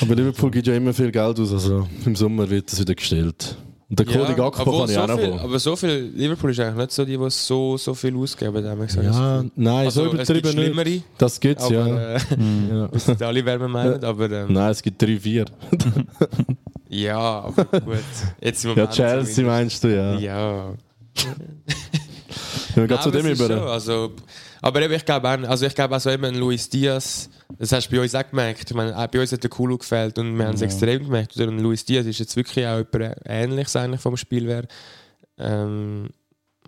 S5: Aber Liverpool gibt ja immer viel Geld aus, also im Sommer wird das wieder gestellt. Und der Cody Gakpo
S4: obwohl
S5: kann ich
S4: so
S5: auch noch
S4: viel,
S5: holen.
S4: Aber so viel... Liverpool ist eigentlich nicht so die, die so, so viel ausgeben, haben wir gesagt.
S5: Ja, nein,
S4: Also,
S5: so
S4: es gibt
S5: übertrieben nicht.
S4: Schlimmere,
S5: Das gibt's,
S4: aber...
S5: ja.
S4: Äh,
S5: ja.
S4: wir sind alle Wärme meinen, aber... Ähm,
S5: Nein, es gibt drei, vier.
S4: ja, aber gut. Jetzt im
S5: Ja,
S4: Moment
S5: Chelsea
S4: zumindest.
S5: meinst du, ja.
S4: Ja.
S5: Wenn wir gerade zu
S4: Nein,
S5: dem
S4: aber es ist schon,
S5: über.
S4: also, aber eben, ich glaube auch, also ich glaube auch so eben ein Luis Diaz, das hast du bei uns auch gemerkt. Ich meine, auch bei uns hat der Kulu gefällt und wir haben es extrem gemerkt. Oder? Und Luis Diaz ist jetzt wirklich auch jemand Ähnliches eigentlich vom Spiel her. Ähm,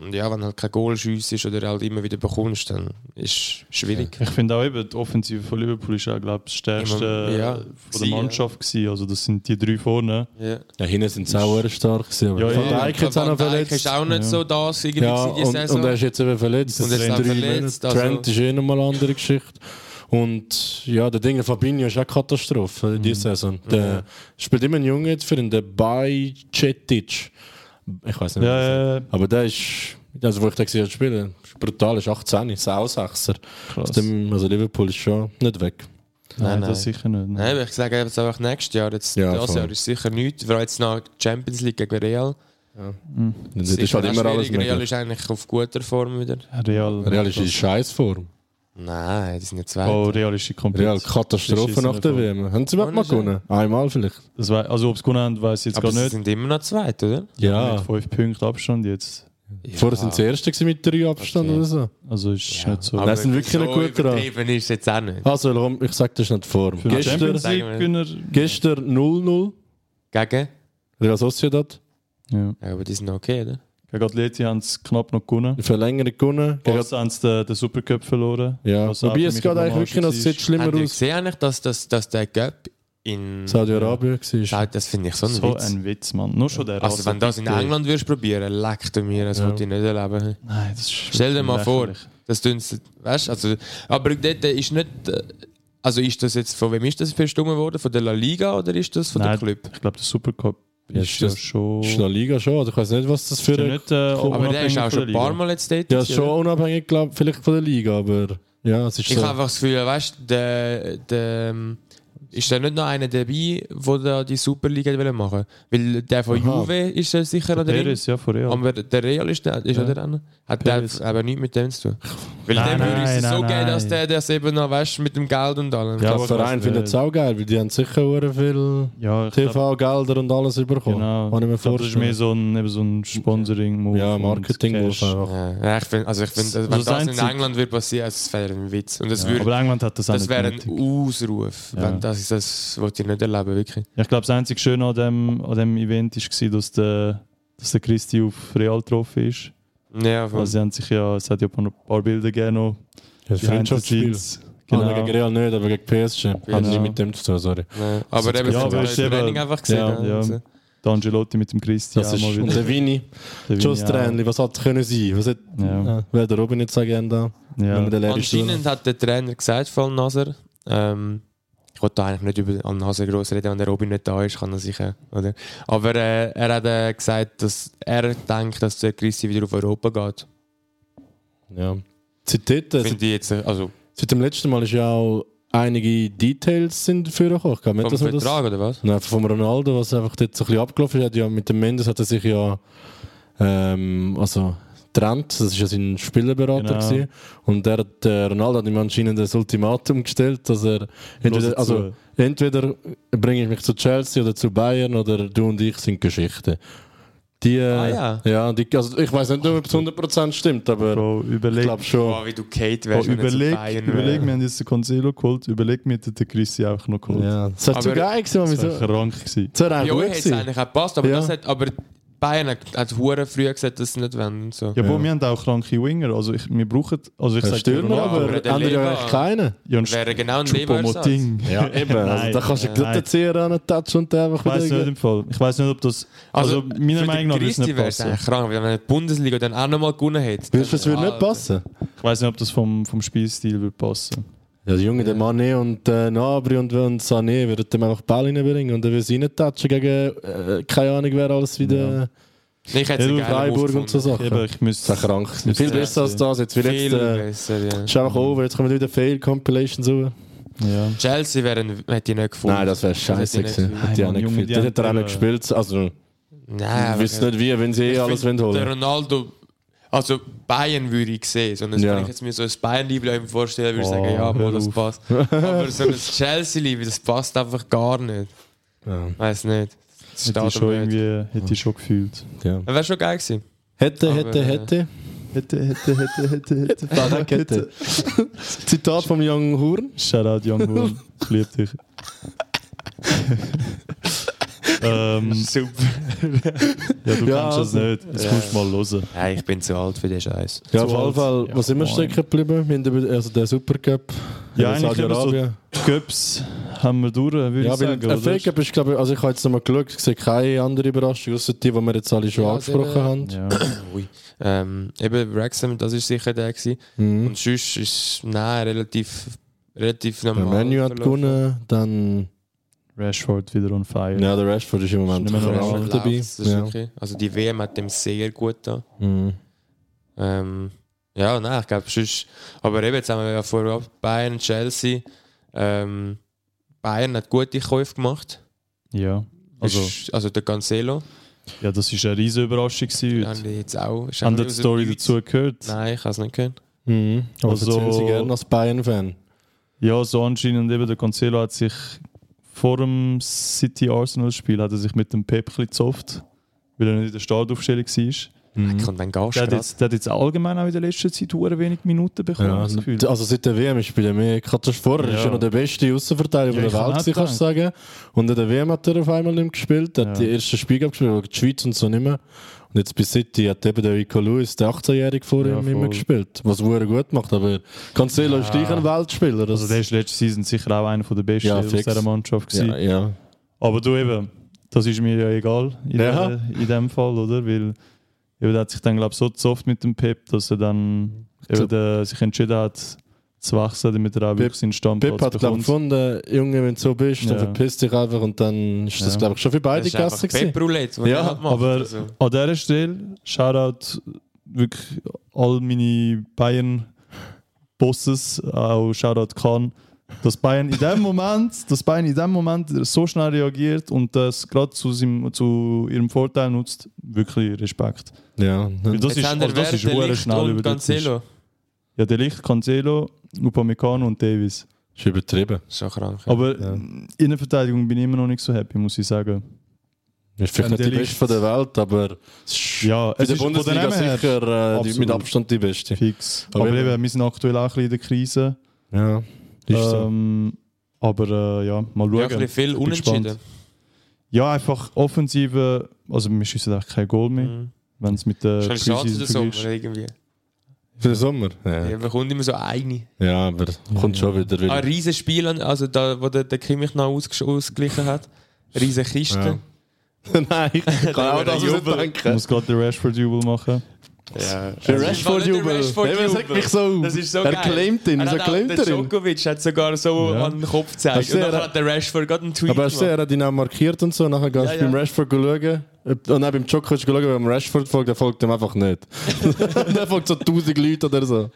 S4: Und ja, wenn halt kein Goal schiessest oder halt immer wieder bekommst, dann ist es schwierig.
S6: Ich finde auch eben, die Offensive von Liverpool ist auch, glaube ich, das stärkste
S4: Immer- ja,
S6: von der
S4: sie, ja.
S6: Mannschaft gewesen. Also das sind die drei vorne.
S4: Ja.
S5: Ja, hinten sind sie auch sehr stark gewesen. aber-
S6: Ja, ja.
S5: Van Dijk hat's auch noch
S4: Van Dijk
S5: verletzt.
S4: ist auch nicht
S6: Ja.
S4: so das irgendwie
S5: Ja,
S4: gewesen, die
S5: und,
S4: Saison.
S5: und er ist jetzt eben verletzt.
S4: Und er ist
S5: Jetzt
S4: auch
S5: drei
S4: verletzt,
S5: Monate.
S4: also-
S5: Trent ist eh nochmal eine andere Geschichte. Und ja, der Ding, der Fabinho ist auch Katastrophe diese Saison. Der spielt immer ein Junge jetzt für ihn, der Bajcetic. Ich weiß nicht, wie
S6: Ja,
S5: er
S6: ja, ja.
S5: heißt. Aber der ist, also wo ich den gesehen habe spielen, ist brutal, ist 18, ist auch Sechser.
S6: Krass.
S5: Aus dem- Also Liverpool ist schon nicht weg.
S6: Nein,
S4: Nein,
S6: das sicher nicht. Nein.
S4: Nein, aber ich sage jetzt einfach nächstes Jahr. Jetzt,
S5: Ja,
S4: das
S5: voll.
S4: Jahr ist sicher nichts. Vor allem jetzt nach Champions League gegen Real.
S5: Das ist halt
S4: Sicher
S5: immer
S4: auch
S5: alles
S4: schwierig. Real
S5: möglich.
S4: ist eigentlich auf guter Form wieder.
S6: Real.
S5: Real ist in Scheißform.
S4: Nein, die sind nicht zwei.
S6: Oh, Real ist die
S5: Real
S6: Kompetenz.
S5: Katastrophe nach der WM. Haben sie überhaupt mal gewonnen? Einmal vielleicht.
S6: Das wei- also ob es gewonnen haben, weiß ich jetzt
S4: aber
S6: gar
S4: sie
S6: nicht.
S4: sind immer noch zweit, oder?
S5: Ja.
S6: Mit fünf Punkten Abstand jetzt.
S5: Vorher sind sie Erste gewesen mit drei Abstand
S4: Okay.
S5: oder so.
S6: Also ist nicht so.
S5: Aber- sind wirklich
S4: so
S5: nicht gut dran.
S4: übertrieben ist es jetzt auch nicht.
S5: Also, komm, ich sag das ist nicht die Form.
S6: Für den
S5: Gestern,
S6: Champions League
S4: Sagen wir-
S6: Gewinner.
S5: gestern 0-0,
S4: Gegen?
S5: Real Sociedad,
S6: Ja.
S4: Ja, aber die sind noch okay, oder?
S6: Gegen Atleti haben sie knapp noch gewonnen.
S5: in Verlängerung gewonnen. Gegen,
S6: Jetzt haben sie den, den Supercup verloren.
S5: ja.
S6: Was auch
S5: Wobei
S6: für
S5: es
S6: mich
S5: geht
S6: eine
S5: eigentlich wirklich
S6: Blamage
S5: noch es sieht schlimmer
S4: Habt ihr
S5: aus.
S4: gesehen eigentlich, dass, dass, dass der Cup in...
S5: Saudi-Arabien war.
S4: Schau, Das finde ich so ein
S6: So
S4: Witz.
S6: ein Witz, Mann. Nur schon der
S4: also wenn das in England würdest probieren, leckt du mir, das
S5: Ja.
S4: ja. würde ich nicht erleben.
S6: Nein, das ist
S4: Stell dir mal vor,
S6: lächerlich.
S4: das tun sie, weißt, also, aber dort ist nicht, äh, also ist das jetzt, von wem ist das verstummen worden? Von der La Liga oder ist das von
S6: Nein,
S4: dem Club?
S6: Ich glaube, der Supercup
S5: Ja,
S6: ist
S5: ist
S6: ja
S5: das-
S6: schon.
S5: Ist noch Liga schon, also ich weiß nicht, was das für
S6: Ist ja
S5: ein...
S6: nicht, äh,
S4: Aber der
S6: unabhängig
S4: ist auch
S6: von
S4: schon ein
S6: der
S4: paar
S6: Liga.
S4: Mal jetzt dort.
S5: Ja,
S4: gewesen,
S5: schon
S4: oder?
S5: unabhängig, glaube vielleicht von der Liga, aber ja, es ist
S4: Ich
S5: so.
S4: habe einfach das Gefühl, weißt du, der, der, ist da nicht noch einer dabei, der da die Superliga hat wollen machen Weil der von
S5: Aha.
S4: Juve ist ja sicher noch drin.
S6: Paris, ja, von Real.
S4: Aber der Real ist, der, ist ja. der drin. Hat der
S6: Paris.
S4: aber nichts mit dem zu tun. Weil
S6: Nein,
S4: dem würde ich es
S6: nein,
S4: so
S6: nein,
S4: geben, dass
S6: nein.
S4: der das eben noch weißt, mit dem Geld und allem.
S6: Ja,
S5: der
S6: aber
S5: Verein
S6: was,
S5: findet es auch geil, weil die haben sicher sehr viel
S6: ja, ich glaub,
S5: TV-Gelder und alles bekommen.
S6: genau.
S5: Kann ich mir
S6: Ich glaub, das ist mehr
S5: vorstellen.
S6: so ein, eben so ein Sponsoring-Move.
S5: Ja,
S6: und
S5: Marketing-Move
S6: Cash.
S5: einfach.
S4: Ja, ja, ich find, also ich find,
S6: Also
S4: wenn
S6: das
S4: das,
S6: Einzige-
S4: in England wird passieren, also es wäre ein Witz. Und das,
S6: Ja,
S4: würde,
S6: aber England hat das auch
S4: das
S6: nicht
S4: wäre ein
S6: nötig.
S4: Ausruf.
S6: Ja.
S4: Wenn das ist, das wollte ich nicht erleben, wirklich.
S6: Ja, ich glaube, das einzige Schöne an dem, an dem Event war, dass der, dass der Christi auf Real getroffen ist.
S4: Ja, voll.
S6: Also, sie haben sich ja, es hat ja ein paar Bilder gegeben. noch.
S5: Ja,
S6: Die
S5: Freundschaftsspiel.
S6: Einzelteams.
S5: Genau.
S6: Genau.
S5: gegen Real nicht, aber gegen PSG. Hat
S4: Genau.
S5: nicht mit dem zu tun, sorry.
S4: Nein. Aber
S5: Ja,
S4: eben,
S6: also, aber
S4: ja,
S6: es
S4: das
S6: ist eben-
S4: Training einfach gesehen.
S5: Ja,
S4: haben.
S6: ja.
S4: Also,
S6: Der Angelotti mit dem Christi.
S5: Das
S6: auch
S5: ist,
S6: mal
S5: und der Vini,
S6: Der
S5: schon
S6: Vini
S5: das
S6: auch.
S5: Tränli, was hat können sein? Was hat,
S6: Ja.
S5: äh, wer der Robin jetzt sagen da, wenn
S6: Ja.
S5: man den leeren
S4: Anscheinend
S5: Stuhl
S4: hat der Trainer gesagt, von Nasser, ähm, ich wollte da eigentlich nicht über Al Nasser gross reden, wenn der Robin nicht da ist, kann er sicher, oder? Aber äh, er hat äh, gesagt, dass er denkt, dass der Christi wieder auf Europa geht.
S5: Ja. Seit, dort, äh, seit,
S4: Finde ich jetzt, äh, also
S5: seit dem letzten Mal ist ja auch einige Details sind für euch gekommen.
S4: vom Vertrag, oder was?
S5: Nein, vom Ronaldo, was einfach dort so ein bisschen abgelaufen ist, hat ja mit dem Mendes hat er sich ja ähm, also getrennt. Das ist ja sein Spielerberater
S6: Genau.
S5: gewesen. und der, hat, der Ronaldo hat ihm anscheinend das Ultimatum gestellt, dass er entweder,
S6: zu.
S5: also entweder bringe ich mich zu Chelsea oder zu Bayern oder du und ich sind Geschichte. Die, äh,
S4: Ah,
S5: ja, die, also ich weiß nicht, ob es 100% stimmt, aber
S6: Bro,
S5: ich
S6: überleg.
S5: glaube schon.
S4: Boah, wie du Kate
S6: Bro,
S4: wärst, wenn jetzt
S6: Oh. überleg,
S4: Bayern
S6: überleg,
S4: wär.
S6: wir haben jetzt den Cancelo geholt. Überleg, wir hätten den Christi auch noch geholt.
S5: Ja, das war zu
S4: Aber-
S5: geil gewesen, Mami,
S6: Das
S5: so-
S6: wäre krank gewesen.
S5: das wäre auch
S4: Ja,
S5: gut
S4: euch hätte es
S5: gewesen.
S4: eigentlich auch gepasst, aber,
S5: Ja.
S4: das hat, aber Bayern hat, hat hure früh gesagt, dass sie nicht wollen. und So.
S6: Ja, Bro,
S5: Ja.
S6: wir haben auch kranke Winger. Also, ich, wir brauchen. Also, ich
S5: Ein
S6: sage
S5: Stürmer, aber
S4: aber der
S5: andere ja
S4: Lega-
S5: eigentlich keinen.
S6: Ja, ein
S4: Wäre genau ein Lebenssatz.
S6: Choupo-Moting.
S5: Ja, eben. Also,
S6: Nein.
S5: da kannst du
S6: Nein.
S5: gerade den Zieher antatschen und der einfach
S6: Ich weiß nicht
S5: wieder.
S6: im Fall. Ich weiß nicht, ob das. Also,
S4: Also,
S6: meiner Meinung nach würde es nicht
S4: wäre es
S6: passen.
S4: eigentlich krank, weil wenn die Bundesliga dann auch nochmal gewonnen hätte.
S5: Willst du, es würde
S4: dann-
S5: nicht passen?
S6: Ich weiß nicht, ob das vom, vom Spielstil würde passen.
S5: Ja, der Junge, der Mané und äh, Nabri und, und Sané würden dem einfach Ball reinbringen und dann würden sie reintatschen gegen, äh, keine Ahnung, wer alles wieder.
S4: Ich hätte
S5: Ja.
S4: es
S5: Edu
S4: einen geilen
S5: Freiburg
S4: Move
S5: und so
S4: gefunden.
S5: Sachen.
S6: Eben, ich müsste.
S5: Das ist ja krank.
S6: müsste
S5: Viel
S6: sehr
S5: besser als
S6: sein.
S5: das jetzt. Weil
S4: Viel
S5: jetzt äh,
S4: besser, ja.
S5: ist einfach over, jetzt kommen wieder Fail-Compilations rüber.
S6: Ja.
S4: Chelsea wäre ein- hätte ich nicht gefunden.
S5: Nein, das wäre
S4: hätte
S5: scheiße
S4: ich nicht
S5: gewesen.
S4: gefühlt.
S5: Hätte ich auch
S6: Nein,
S5: nicht
S6: Junge,
S5: gefühlt.
S6: die
S5: Das
S6: haben-
S5: hätte er auch nicht gespielt. Also,
S4: Nein,
S5: ich wüsste
S4: aber-
S5: nicht wie, wenn sie eh
S4: Ich
S5: alles
S4: find,
S5: wollen holen
S4: Der Ronaldo, also Bayern würde ich sehen. Sondern
S5: Ja.
S4: wenn ich jetzt mir so ein Bayern-Liebling vorstellen würde, ich
S6: Oh,
S4: sagen, ja,
S6: hör
S4: boah, das
S6: auf.
S4: passt. Aber so ein Chelsea-Liebling, das passt einfach gar nicht.
S5: Ja.
S4: Weiß nicht. Das
S6: Hätte ich
S4: steht
S6: schon
S4: aber nicht.
S6: irgendwie. Hätte ich schon gefühlt.
S5: Ja.
S4: Wäre schon geil gewesen.
S5: Hätte,
S4: Aber,
S5: hätte,
S4: äh,
S5: hätte.
S6: Hätte, hätte, hätte, hätte, hätte.
S5: Fahrradkette. Zitat vom Young Horn.
S6: Shoutout Young Horn. Ich liebe dich. ähm,
S4: Super.
S6: ja, du
S5: Ja,
S6: kannst
S5: also-
S6: es nicht. Das musst du mal hören.
S4: Ja, ich bin zu alt für den Scheiß.
S5: Ja,
S6: Zu
S5: auf jeden
S6: alt.
S5: Fall,
S6: Ja,
S5: was immer
S6: moin.
S5: stecken geblieben? Wir haben über- Also der Supercup.
S6: Ja,
S5: in
S6: eigentlich immer so
S5: Saudi-Arabien.
S6: Göps haben wir durch, würde
S5: Ja,
S6: ich
S5: weil
S6: sagen.
S5: der
S6: oder?
S5: Fake-Up ist, glaube ich, also ich habe jetzt nochmal geschaut, ich sehe keine andere Überraschung, außer die, die wir jetzt alle schon
S4: Ja,
S5: angesprochen
S4: der-
S5: haben.
S6: Ja.
S4: Ui. Ähm, eben Wrexham, das ist sicher der gewesen.
S5: Mhm.
S4: Und sonst ist nein, relativ, relativ
S5: Der
S4: normal.
S5: Menu hat
S4: verlaufen.
S5: gewonnen, dann...
S6: Rashford wieder on fire.
S5: Ja, der Rashford ist im Moment
S6: Ist nicht mehr
S5: krank
S4: Ja,
S6: normal.
S5: dabei.
S4: läuft's, das ist
S5: Ja.
S4: okay. Also die WM hat dem sehr gut da.
S5: Mhm.
S4: Ähm, ja, nein, ich glaube, sonst. Aber eben, jetzt haben wir ja vorab Bayern, Chelsea. Ähm, Bayern hat gute Käufe gemacht.
S6: Ja. Also,
S4: Also, also der Cancelo.
S6: ja, das war eine riesige Überraschung. gewesen
S4: Haben
S6: heute.
S4: die jetzt auch. ist auch
S6: Haben
S4: noch
S6: ihr die
S4: aus dem
S6: Story
S4: Nichts.
S6: dazu gehört?
S4: Nein, ich habe es nicht gehört.
S5: Mhm. Aber
S6: Also-
S5: erzählen Sie gerne als Bayern-Fan.
S6: Ja, so anscheinend eben der Cancelo hat sich vor dem City-Arsenal-Spiel hat er sich mit dem Pep ein bisschen gezofft, weil er nicht in der Startaufstellung war.
S5: Mhm.
S4: Ich kann dann gehst
S6: Der hat,
S4: grad.
S6: jetzt, der hat jetzt allgemein auch in der letzten Zeit hure wenig Minuten bekommen.
S5: Ja,
S6: hab ich das Gefühl.
S5: also seit der WM ist bei dem mehr Katastrophe. Er ist
S6: Ja.
S5: ja noch der beste Außenverteidiger
S6: Ja,
S5: der
S6: ich hab
S5: Welt,
S6: auch
S5: gewesen, kannst du sagen. Und in der WM hat er auf einmal nicht mehr gespielt. Er hat
S6: Ja.
S5: die ersten Spiele gespielt, gegen die Schweiz und so nicht mehr. Und jetzt bei City hat eben der Rico Lewis, der 18-Jährige, vor
S6: Ja,
S5: ihm immer
S6: voll.
S5: gespielt. Was er gut macht, aber Cancelo ist gleich ein Weltspieler. Das
S6: also der ist letzte Season sicher auch einer von der besten
S5: Ja,
S6: aus
S5: fix.
S6: dieser Mannschaft. gewesen.
S5: ja, ja.
S6: Aber du eben, das ist mir ja egal in,
S5: Ja.
S6: der, in dem Fall, oder? Weil eben, der hat sich dann, glaube ich, so oft mit dem Pep, dass er dann eben,
S5: glaub-
S6: der, sich entschieden hat, zu wachsen, damit er auch wirklich seinen Stammplatz
S5: Pep hat glaub,
S6: bekommt.
S5: gefunden, Junge, wenn du so bist, dann
S6: Ja.
S5: verpiss dich einfach. Und dann ist das,
S6: Ja.
S5: glaube ich, schon für beide
S4: Das ist einfach
S5: Gassen gewesen.
S4: Pep-Roulette, was
S5: Ja,
S4: er halt macht.
S6: Aber
S4: also.
S6: an dieser Stelle, Shoutout wirklich all meine Bayern-Bosses, auch Shoutout Khan, dass Bayern in dem Moment, dass Bayern in dem Moment so schnell reagiert und das gerade zu, seinem- zu ihrem Vorteil nutzt, wirklich Respekt.
S5: Ja, ne?
S6: Weil
S4: Jetzt
S6: das ist,
S4: haben wir
S6: also das ist
S4: Werder,
S6: hure
S4: Licht
S6: schnell
S4: und
S6: über den Tisch.
S4: Cancelo.
S6: Ja, der Licht, Cancelo, Upamecano und Davis.
S5: ist übertrieben.
S4: Ist schon krank. ja.
S6: Aber
S5: Ja.
S6: in der Verteidigung bin ich immer noch nicht so happy, muss ich sagen.
S5: Ist vielleicht
S6: Wenn
S5: nicht die
S6: der
S5: beste
S6: Licht-
S5: von der Welt, aber es ist
S6: Ja,
S5: für
S6: es
S5: die
S6: ist von den
S5: Bundesliga
S6: Namen her
S5: sicher äh, die, mit
S6: absolut.
S5: Abstand die beste.
S6: Fix.
S5: Aber
S6: Aber,
S5: eben-
S6: eben, wir sind aktuell auch ein bisschen in der Krise.
S5: Ja, ist so.
S6: Ähm, aber äh, ja, mal
S4: ja,
S6: schauen.
S4: ein bisschen viel
S6: Ich bin
S4: unentschieden.
S6: gespannt. Ja, einfach offensive, also wir schiessen auch kein Goal mehr,
S4: Mhm.
S6: wenn es mit der
S4: Schon schade
S6: Preseason
S4: der Sommer
S6: vergleichst.
S4: irgendwie.
S5: Für den Sommer?
S4: Ja,
S5: Ja,
S4: man kommt immer so eine.
S5: ja aber kommt schon wieder.
S4: Ah,
S5: Weil,
S4: riesen Spiel, also da, wo der, der Kimmich noch ausgesch- ausgeglichen hat. Riesen Kiste.
S5: Nein, ich kann auch das nicht
S6: Ich
S5: denken.
S6: muss gerade den Rashford-Jubel machen.
S4: Ja.
S5: Der Rashford-Jubel. Eben, das regt mich so auf.
S4: Das ist so
S5: Er
S4: geil.
S5: claimt ihn,
S4: Er
S5: wieso
S4: hat
S5: claimt
S4: auch-
S5: er
S4: Der
S5: ihn?
S4: Djokovic hat sogar so
S6: Ja.
S4: an den Kopf gezeigt.
S5: Hast du
S4: Und dann
S5: gesehen,
S4: hat der Rashford gerade einen Tweet
S5: Aber hast du gesehen,
S4: gemacht.
S5: er hat ihn auch markiert und so. Nachher gehst du
S4: Ja,
S5: beim
S4: ja.
S5: Rashford schauen. Ob- Und dann beim Joker schauen, wenn man Rashford folgt, der folgt ihm einfach nicht. der folgt so 1000 Leute oder so.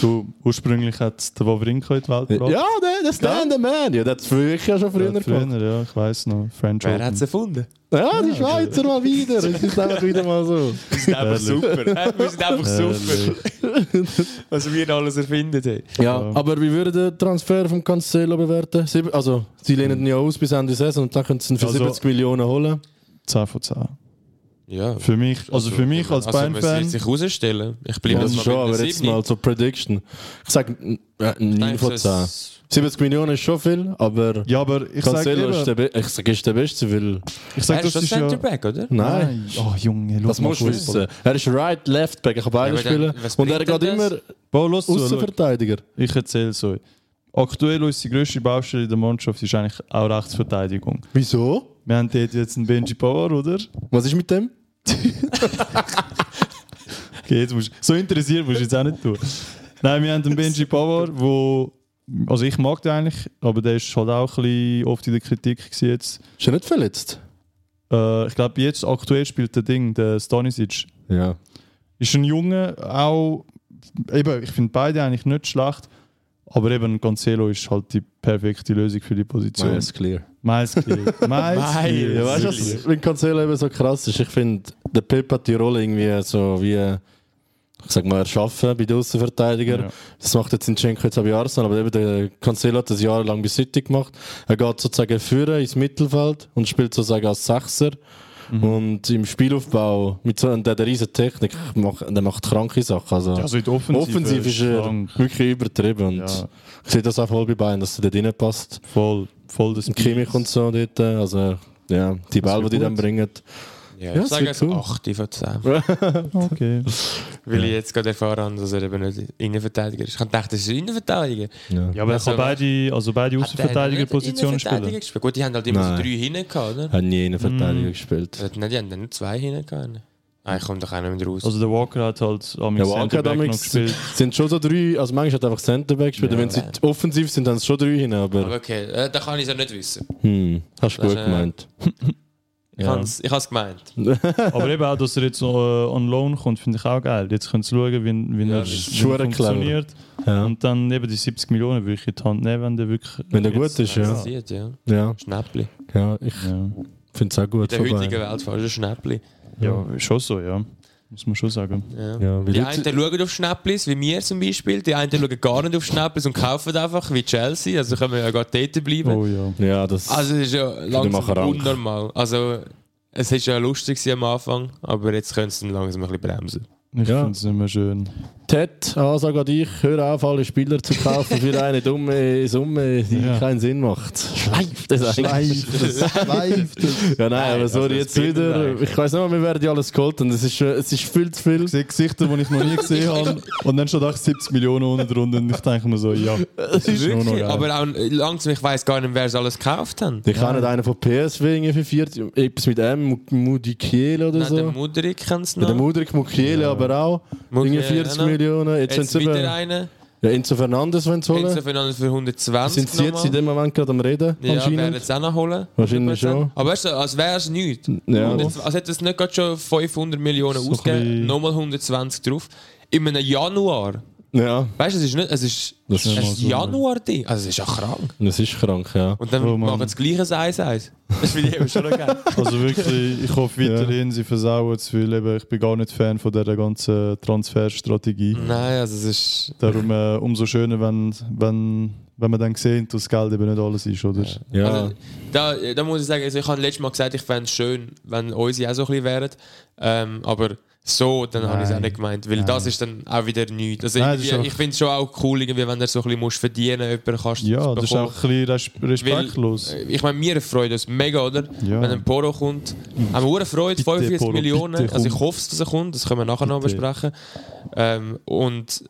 S6: Du, ursprünglich hat der Wawrinka in die Welt gebracht.
S5: Ja, der, der Stand the Man. Ja, das früher ich ja schon früher
S6: früher,
S5: gemacht.
S6: früher Äh, ja, ich weiß noch. French
S4: Wer hat
S6: Open.
S4: es erfunden?
S5: Ja, die Schweizer mal wieder. Es ist einfach wieder mal so.
S4: Wir sind einfach
S6: Herrlich.
S4: super. Äh, Wir sind einfach super.
S6: Herrlich.
S4: Was wir alles erfinden. Hey.
S5: Ja, aber wie würde der Transfer von Cancelo bewerten? Sieb- Also, sie lehnen ihn ja aus bis Ende Saison und dann können sie ihn für
S6: Also-
S5: 70 Millionen holen.
S6: 10 von 10.
S4: Ja.
S6: Für mich, also, für mich als
S4: also, man
S6: Bayern-Fan.
S4: wird sich herausstellen. Ich bleibe
S5: Ja,
S4: jetzt
S5: das
S4: mal
S5: schon,
S4: bei
S5: aber
S4: der
S5: jetzt
S4: Siebni.
S5: mal zur Prediction. Ich sage äh, 9
S4: Nein,
S5: von
S4: es-
S5: 10. 70 Millionen ist schon viel, aber
S6: Ja, aber ich sage
S5: Cancelo ist der,
S6: eben,
S5: Be ich sag, ist der Beste, weil...
S6: ich
S4: Er ist
S6: sag, das
S4: schon
S6: ist ja...
S4: Centerback, oder?
S5: Nein,
S6: Nein. Oh Junge, schau
S5: das
S6: mal
S5: musst du
S6: Fußball.
S5: wissen. Er ist right, left back, ich kann beide
S4: Ja, aber dann,
S5: spielen.
S4: was
S5: Und er
S4: bringt
S5: geht
S4: denn
S5: immer
S4: das?
S6: Bo, los zu, schau.
S5: Außenverteidiger.
S6: Ich erzähle es euch. Aktuell unsere grösste Baustelle in der Mannschaft ist eigentlich auch Rechtsverteidigung.
S5: Wieso?
S6: Wir haben dort jetzt einen Benji Power, oder?
S5: Was ist mit dem?
S6: Okay, jetzt musst, so interessiert musst du jetzt auch nicht tun. Nein, wir haben den Benji Power, wo... Also ich mag den eigentlich, aber der ist halt auch ein bisschen oft in der Kritik gewesen jetzt.
S5: Ist er nicht verletzt?
S6: Äh, ich glaube, jetzt aktuell spielt der Ding, der Stanisic.
S5: Ja.
S6: Ist ein Junge, auch. Eben, ich finde beide eigentlich nicht schlecht. Aber eben Cancelo ist halt die perfekte Lösung für die Position.
S5: Miles clear.
S6: Miles Kiel. Miles Kiel.
S5: Ja, weißt du, was mit Cancelo eben so krass ist? Ich finde, der Pep hat die Rolle irgendwie so wie, ich sag mal, erschaffen bei den Außenverteidigern.
S6: Ja.
S5: Das macht jetzt Zinchenko jetzt auch bei Arsenal, aber eben der Cancelo hat das jahrelang bei City gemacht. Er geht sozusagen führen ins Mittelfeld und spielt sozusagen als Sechser.
S6: Mhm.
S5: Und im Spielaufbau, mit so einer der hat eine riesen Technik, macht- der macht kranke Sachen. Also,
S6: Also in der Offensive.
S5: offensiv ist er
S6: krank.
S5: wirklich übertrieben. Und
S6: Ja.
S5: ich sehe das auch voll bei Bayern, dass er dort reinpasst.
S6: voll, voll das
S5: Kimmich und so dort, also Ja, die Bälle, die die dann bringen.
S4: Ja,
S5: Ja,
S4: ich
S5: das
S4: sage
S5: wird
S4: jetzt
S5: cool.
S4: 8 von 10.
S6: Okay.
S4: Weil ich jetzt gerade erfahren habe, dass er eben nicht Innenverteidiger ist. Ich habe gedacht, das ist ein Innenverteidiger.
S5: Ja.
S6: Ja, aber er
S4: Also,
S6: kann beide, also beide
S4: Hat der
S6: Außenverteidigerpositionen
S4: nicht Innenverteidiger
S6: spielen.
S4: Gespielt? Gut, die haben halt immer so
S5: Nein.
S4: drei hinten gehabt, oder? Also,
S5: Hat nie in der Verteidigung gespielt.
S4: Nein, die haben dann nicht zwei hinten gehabt. Nein, ich komme doch auch nicht mehr raus.
S6: Also der Walker hat halt am
S5: Ja, Walker
S6: Centerback noch
S5: damals
S6: gespielt.
S5: sind schon so drei, also manchmal hat er einfach Centerback gespielt, und wenn sie
S4: Ja.
S5: offensiv sind, dann schon drei hin,
S4: aber
S5: aber
S4: okay, äh, da kann ich es ja nicht wissen.
S5: hm, hast du
S4: Das
S5: gut
S4: ist, äh,
S5: gemeint.
S4: Ich
S5: Ja.
S4: habe es gemeint.
S6: Aber eben auch, dass er jetzt noch äh, on Loan kommt, finde ich auch geil. Jetzt können sie schauen, wie, wie
S4: Ja,
S6: er
S4: das
S5: ist
S6: wie er
S5: schon
S6: funktioniert.
S5: Ja.
S6: Und dann eben die 70 Millionen würde ich in die Hand nehmen, wenn der wirklich...
S5: Wenn der
S6: jetzt- also,
S5: gut ist,
S4: Ja.
S5: ja.
S4: Sieht, ja.
S5: Ja,
S4: Schnäppli.
S5: ja ich
S6: Ja.
S5: finde es auch gut.
S4: In der
S5: von
S4: heutigen
S5: beiden.
S4: Welt fast ein Schnäppli.
S6: ja, schon so, ja. Muss man schon sagen.
S4: Ja.
S5: Ja, weil
S4: Die einen
S5: jetzt-
S4: schauen auf Schnäpplis, wie wir zum Beispiel. Die einen schauen gar nicht auf Schnäpplis und kaufen einfach, wie Chelsea. Also können wir ja gerade dort bleiben.
S6: Oh ja.
S5: ja, das
S4: Also es ist ja langsam
S5: machen krank.
S4: unnormal. Also es ist ja lustig gewesen am Anfang, aber jetzt können sie ihn langsam ein bisschen bremsen.
S6: Ich
S5: Ja.
S6: finde es immer schön.
S5: Ted, Ansage an dich, hör auf, alle Spieler zu kaufen für eine dumme Summe, die
S6: Ja.
S5: keinen Sinn macht. Schleift das eigentlich.
S6: Live,
S5: Ja, nein, also aber sorry,
S4: das
S5: jetzt
S4: geht nicht
S5: wieder.
S4: eigentlich.
S5: Ich weiß nicht, mehr, wir werden ja alles geholt und es ist, äh, es ist viel zu viel.
S6: Ich sehe Gesichter, die ich noch nie gesehen habe. Und dann schon 70 Millionen unten drunter. Und ich denke mir so, ja. Das ist nur noch
S4: Wirklich,
S6: geil.
S4: aber auch langsam, ich weiß gar nicht, wer es alles gekauft hat.
S5: Ich kann nicht einen von PSW irgendwie für 40, etwas mit M, Mu- Mudikiel oder
S4: Nein,
S5: so.
S4: der Mudrik kennt es
S5: Also- Ja, der
S4: noch.
S5: Mudrik, Mukiele aber auch.
S4: Mukiele
S5: irgendwie 40
S4: auch noch.
S5: Millionen. Jetzt,
S4: Jetzt
S5: sind sie
S4: wieder
S5: wieder.
S4: einen.
S5: Ja, Enzo Fernandes wollen sie holen.
S4: Insofern für 120
S5: Sind sie jetzt
S4: nochmal.
S5: in dem Moment gerade am Reden?
S4: ja, werden
S5: anscheinend.
S4: es auch noch holen.
S5: Wahrscheinlich schon.
S4: Aber weißt du, als wäre es nichts.
S5: Ja.
S4: Jetzt- Also hätte es nicht gerade schon 500 Millionen
S6: So ein
S4: ausgegeben,
S6: bisschen-
S4: nochmal 120 drauf. In einem Januar.
S5: ja,
S4: Weißt du, es ist nicht. Es ist,
S5: das
S4: es
S5: ist,
S4: ist Januar-Ding. Also es ist ja krank.
S5: das ist krank, ja.
S4: Und dann
S6: Oh Mann.
S4: machen sie gleich ein Eis Eis. Das finde ich eben schon noch geil.
S6: Also wirklich, ich hoffe weiterhin, sie versauen es, weil eben, ich bin gar nicht Fan von dieser ganzen Transferstrategie.
S4: Nein, also es ist.
S6: Darum äh, umso schöner, wenn, wenn, wenn man dann sieht, dass Geld eben nicht alles ist, oder?
S5: Ja,
S4: Also, da, da muss ich sagen, also ich habe letztes Mal gesagt, ich fände es schön, wenn unsere auch so ein bisschen wären. Ähm, aber so, dann habe ich es auch
S6: Nein.
S4: nicht gemeint. Weil das ist dann auch wieder nichts. Also
S6: Nein, das
S4: irgendwie-
S6: ist auch-
S4: ich finde es schon auch cool, irgendwie, wenn du so ein bisschen musst verdienen musst, jemanden kannst
S6: Ja, das ist
S4: bekommen.
S6: auch ein bisschen res- respektlos.
S4: Äh, Ich meine, mir freut es mega, oder?
S6: Ja.
S4: Wenn ein Poro kommt. Haben wir eine Freude,
S6: Bitte,
S4: 45
S6: Poro,
S4: Millionen.
S6: bitte,
S4: also ich
S6: komm.
S4: hoffe, dass er kommt, das können wir nachher noch
S6: Bitte.
S4: besprechen. Ähm, und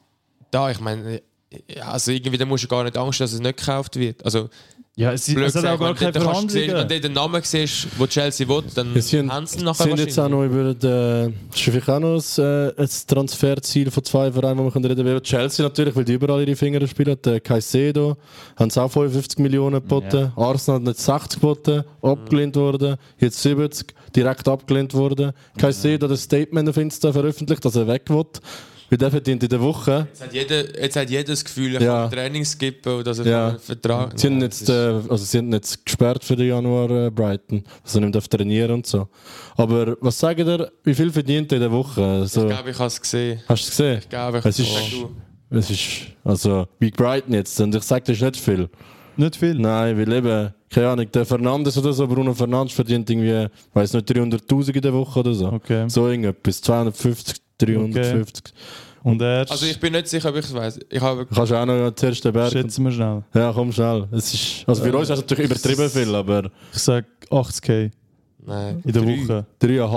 S4: da, ich meine, äh, also irgendwie, da musst du gar nicht Angst haben, dass es nicht gekauft wird. Also,
S6: Ja, es, es hat
S4: gesagt,
S6: auch gar
S4: wenn
S6: keine
S4: du dort kannst sehen- Wenn
S6: Verhandlungen.
S4: du den Namen siehst, wo Chelsea will, dann
S5: Ja, Sie haben,
S4: haben sie ihn
S5: sie
S4: nachher
S5: haben jetzt auch
S4: wahrscheinlich.
S5: noch über den Schificanos äh, ein Transferziel von zwei Vereinen, wo wir können reden können. Chelsea natürlich, weil die überall ihre Finger spielen. Der Caicedo haben sie auch 55 Millionen geboten. Arsenal hat nicht 60 geboten, abgelehnt worden. Jetzt 70, direkt abgelehnt worden. Caicedo hat ein Statement auf Insta veröffentlicht, dass er weg will. Weil der verdient in der Woche.
S4: Jetzt hat, jeder, jetzt hat jeder das Gefühl, er
S5: Ja.
S4: kann Training skippen oder dass er
S5: Ja.
S4: einen Vertrag...
S5: Sie haben,
S4: Nein, das
S5: jetzt,
S4: ist-
S5: äh, also sie haben jetzt gesperrt für den Januar äh, Brighton, dass er nicht mehr darf trainieren und so. Aber was sagt ihr, wie viel verdient er in der Woche?
S4: Ich
S5: So,
S4: glaube, ich habe es gesehen.
S5: hast du gesehen?
S4: Ich glaube, ich
S5: Es ist-
S4: Sag du.
S5: Es ist, also, wie Brighton jetzt, und ich sage, das ist nicht viel.
S6: Nicht viel.
S5: Nein, weil eben, keine Ahnung, der Fernandes oder so, Bruno Fernandes verdient irgendwie, weiß nicht, 300'000 in der Woche oder so.
S6: Okay.
S5: So irgendetwas, 250, 350.
S6: Und er
S4: Also ich bin nicht sicher, ob ich es weiß. Ich habe
S5: Kannst du auch noch den ersten Berg...
S6: schätzen wir schnell.
S5: Ja, komm schnell. Es ist, also für uns ist es natürlich übertrieben viel, aber...
S6: Ich sage 80k
S4: Nein.
S6: in der
S4: Drei.
S6: Woche.
S5: 3.500.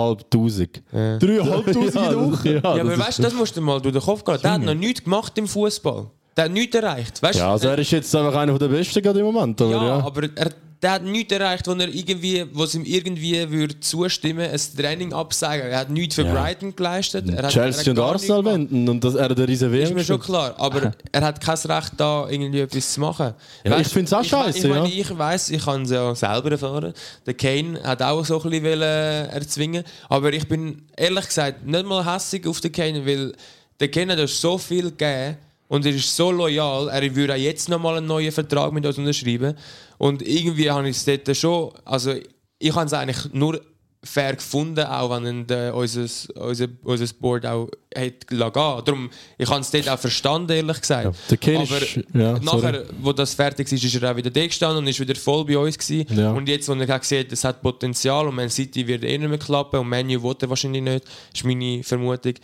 S4: Ja.
S5: 3.500
S6: in der Woche?
S5: Ja,
S4: Ja, aber
S5: das
S4: weißt du, das musst du mal durch den Kopf gehen. Der hat noch nichts gemacht im Fußball. Der hat nichts erreicht. Weißt,
S5: ist-
S4: du?
S5: ja, also er ist jetzt einfach einer der Besten gerade im Moment, oder?
S4: ja,
S5: Ja,
S4: aber er, der hat nichts erreicht, wo er irgendwie, was ihm irgendwie würde zustimmen, ein Training absagen. Er hat nichts für Brighton geleistet. Er hat, er hat
S5: Chelsea und
S4: gar nichts
S5: Arsenal
S4: gemacht.
S5: wenden und dass er der riesen
S4: Ist
S5: WM
S4: mir schon
S5: ist.
S4: klar, aber er hat kein Recht da irgendwie etwas zu machen.
S5: Ja, ich find's auch
S4: we-
S5: scheisse,
S4: Ich, meine,
S5: ja.
S4: ich weiß, ich kann es ja selber erfahren. Der Kane hat auch so ein bisschen wollen, äh, erzwingen, aber ich bin ehrlich gesagt nicht mal hässig auf den Kane, weil der Kane hat uns so viel gegeben und er ist so loyal, er würde auch jetzt nochmal einen neuen Vertrag mit uns unterschreiben und irgendwie habe ich es dort schon, also ich habe es eigentlich nur fair gefunden, auch wenn ihn der, unser, unser, unser Board auch hat gehen. Darum, ich habe es dort auch verstanden, ehrlich gesagt.
S5: der Kane
S4: Aber
S5: ist- ja,
S4: nachher, wo das fertig ist, ist er auch wieder da gestanden und ist wieder voll bei uns gewesen.
S5: Ja.
S4: Und jetzt, wo er auch sieht, es hat Potenzial und Man City wird eh nicht mehr klappen und Menu will er wahrscheinlich nicht, ist meine Vermutung.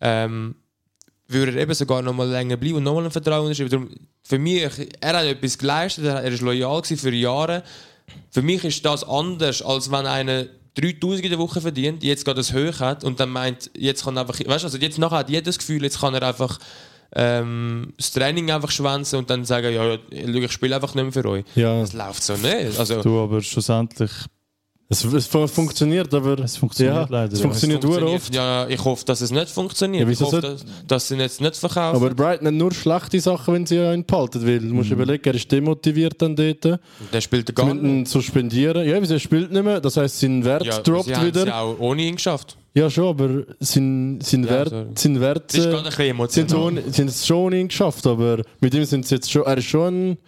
S4: Ähm, würde er eben sogar noch mal länger bleiben und noch mal einen Vertrag unterschreiben. Darum, für mich, er hat etwas geleistet, er er ist loyal gewesen für Jahre. Für mich ist das anders, als wenn einer 3000 in der Woche verdient, jetzt gerade das hoch hat und dann meint, jetzt kann er einfach, weißt du, also jetzt nachher hat jeder das Gefühl, jetzt kann er einfach ähm, das Training einfach schwänzen und dann sagen, ja, ja schau, ich spiele einfach nicht mehr für euch.
S5: Ja,
S4: Das läuft so nicht. Also,
S6: Du, aber schlussendlich,
S5: es, es fu- funktioniert, aber
S6: es funktioniert
S5: ja,
S6: leider.
S5: Es funktioniert sehr
S4: funktioniert.
S5: oft.
S4: Ja, ich hoffe, dass es nicht funktioniert.
S5: Ja,
S4: ich
S5: wieso
S4: hoffe,
S5: sollte-
S4: dass, dass sie ihn jetzt nicht verkaufen.
S5: Aber Brighton hat nur schlechte Sachen, wenn sie einen behalten will. Du musst überlegen, er ist demotiviert dann dort.
S4: der spielt
S5: Sie
S4: Mhm. gar
S5: müssen
S4: nicht.
S5: ihn suspendieren. Ja, wieso er spielt nicht mehr? Das heisst, sein Wert
S4: Ja,
S5: droppt
S4: sie haben es
S5: wieder.
S4: ja auch ohne ihn geschafft.
S5: Ja, schon, aber sein, sein
S4: Ja, sorry.
S5: Wert. Sein Wert
S4: Das ist gerade ein
S5: äh,
S4: bisschen
S5: sie haben
S4: emotional.
S5: schon- sie haben es schon ihn geschafft, aber mit ihm sind sie jetzt schon. Er ist schon ein,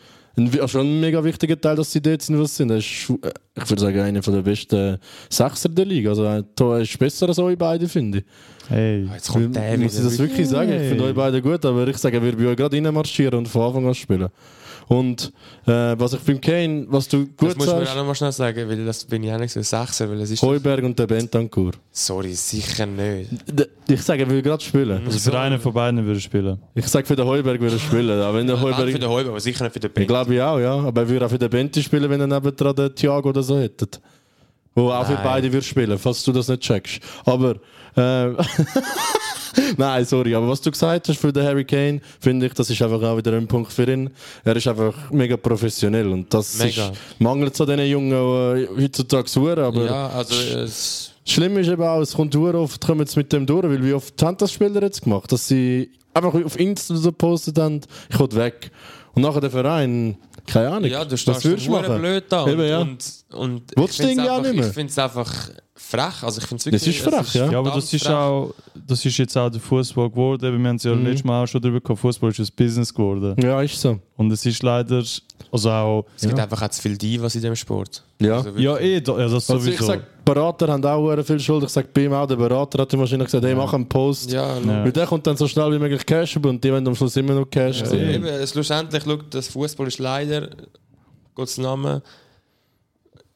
S5: ein, schon ein mega wichtiger Teil, dass sie dort sind, was sie sind. Er ist, schw- äh, ich würde sagen, einer von der besten Sechser der Liga. Also, äh, da ist besser als euch beide, finde ich.
S6: hey,
S4: Jetzt kommt der
S5: Muss ich
S4: wieder.
S5: das wirklich sagen? Ich finde
S6: Hey.
S5: euch beide gut, aber ich sage, er würde bei euch gerade reinmarschieren und von Anfang an spielen. Und äh, was ich beim Kane, was du
S4: Das
S5: gut
S4: muss man auch
S5: sagst,
S4: noch mal schnell sagen, weil das bin ich auch nicht so Sechser, weil es ist...
S5: Heuberg und der Bentancur.
S4: Sorry, sicher nicht.
S5: D- Ich sage, er will gerade spielen.
S4: Mhm.
S6: also für einen von beiden würde ich spielen.
S5: Ich sage, für den Heuberg würde er spielen. Aber wenn der
S4: Wenn für
S5: Heuberg,
S4: den Heuber, aber sicher nicht für den
S5: ich
S4: Bent.
S5: glaube ich auch, ja. Aber er würde auch für den Benti spielen, wenn er nebendran den Thiago oder so hätte. Wo auch für
S4: Nein.
S5: beide würde spielen, falls du das nicht checkst. Aber, ähm, Nein, sorry, aber was du gesagt hast für den Harry Kane, finde ich, das ist einfach auch wieder ein Punkt für ihn. Er ist einfach mega professionell und das
S4: Mega.
S5: ist, mangelt es an diesen Jungen die heutzutage suchen, aber
S4: Ja, also es,
S5: Schlimm ist eben auch, es kommt sehr oft kommen jetzt mit dem durch, weil wie oft haben das Spieler jetzt gemacht, dass sie einfach auf Insta so gepostet haben, ich will weg. Und nachher der Verein, keine Ahnung,
S4: ja, du stehst
S5: was würdest du
S4: hure
S5: machen?
S4: blöd da. Und,
S5: Eben, ja.
S4: und, und
S5: Willst du
S4: ich finde es
S5: irgendwie auch
S4: einfach,
S5: nicht mehr?
S4: ich find's einfach frech. Also ich find's
S5: Das
S4: wirklich,
S5: ist frech, ja.
S6: Ja, aber
S4: verdammt
S6: das ist
S4: frech.
S6: auch, das ist jetzt auch der Fußball geworden. Eben, Wir haben es ja letztes Mal auch schon darüber gehabt, Fußball ist ein Business geworden.
S5: Ja, ist so.
S6: Und es ist leider, also auch,
S4: Es gibt einfach auch zu viel Divas in dem Sport.
S5: Ja.
S4: Also wirklich.
S6: ja eh, da- ja, das
S5: Also ich
S6: sowieso.
S5: sage, Berater haben auch sehr viel Schuld. Ich sage, bei ihm auch, der Berater hat ihm wahrscheinlich gesagt, hey, mach einen Post.
S4: ja,
S6: Ja.
S5: Weil der kommt dann so schnell wie möglich Cash über und die wollen am Schluss immer noch Cash
S4: Also,
S5: sehen.
S4: eben, es- schlussendlich, schau, das Fußball ist leider, Gottes Namen,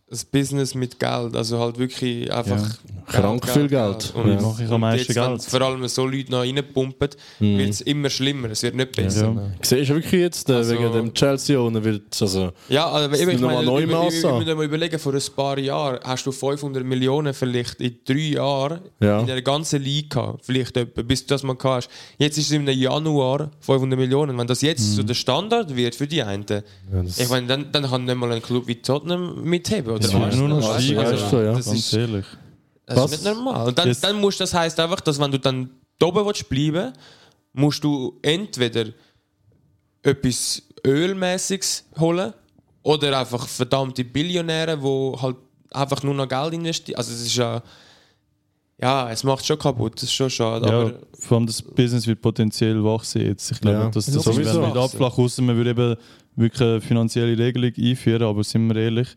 S4: das Business mit Geld. Also halt wirklich einfach. Geld,
S5: Krank viel Geld.
S4: Und,
S5: Ja.
S6: Mache ich am
S4: und
S6: meisten
S4: jetzt, wenn
S6: Geld. Mhm.
S4: Vor allem so Leute noch reinpumpen, wird es immer schlimmer. Es wird nicht besser.
S6: ja.
S5: Siehst du wirklich jetzt, äh,
S4: Also-
S5: wegen dem Chelsea ohne wird also
S4: Ja, aber eben, ich
S5: sind nochmal
S4: meine,
S5: neue
S4: ich
S5: Massen.
S4: muss mal überlegen, vor ein paar Jahren hast du 500 Millionen vielleicht in drei Jahren
S5: Ja.
S4: in der ganzen Liga, vielleicht etwa, bis du das mal gehabt hast. Jetzt ist es im Januar 500 Millionen. Wenn das jetzt so der Standard wird für die einen,
S5: das-
S4: ich meine, dann, dann kann nicht mal ein Club wie Tottenham mitheben. Oder
S6: Es wird
S4: Arsenal.
S6: nur noch
S4: Weißt du,
S6: steigen.
S5: Ja, ja.
S4: Das,
S6: Ganz
S4: ist,
S6: ehrlich.
S4: das
S5: Was?
S4: ist nicht normal. Ah, Und dann,
S6: Jetzt-
S4: dann musst, das heisst einfach, dass wenn du dann da oben willst bleiben musst du entweder etwas Ölmäßiges holen oder einfach verdammte Billionäre, die halt einfach nur noch Geld investieren. Also es ist ja... Ja, es macht schon kaputt, das ist schon schade.
S6: Ja,
S4: Aber
S6: vor allem das Business wird potenziell wachsen jetzt. Ich glaube,
S5: Ja.
S6: dass
S5: Ja,
S6: das
S5: sowieso.
S6: irgendwann wieder abflachen außer man würde eben wirklich eine finanzielle Regelung einführen, aber sind wir ehrlich,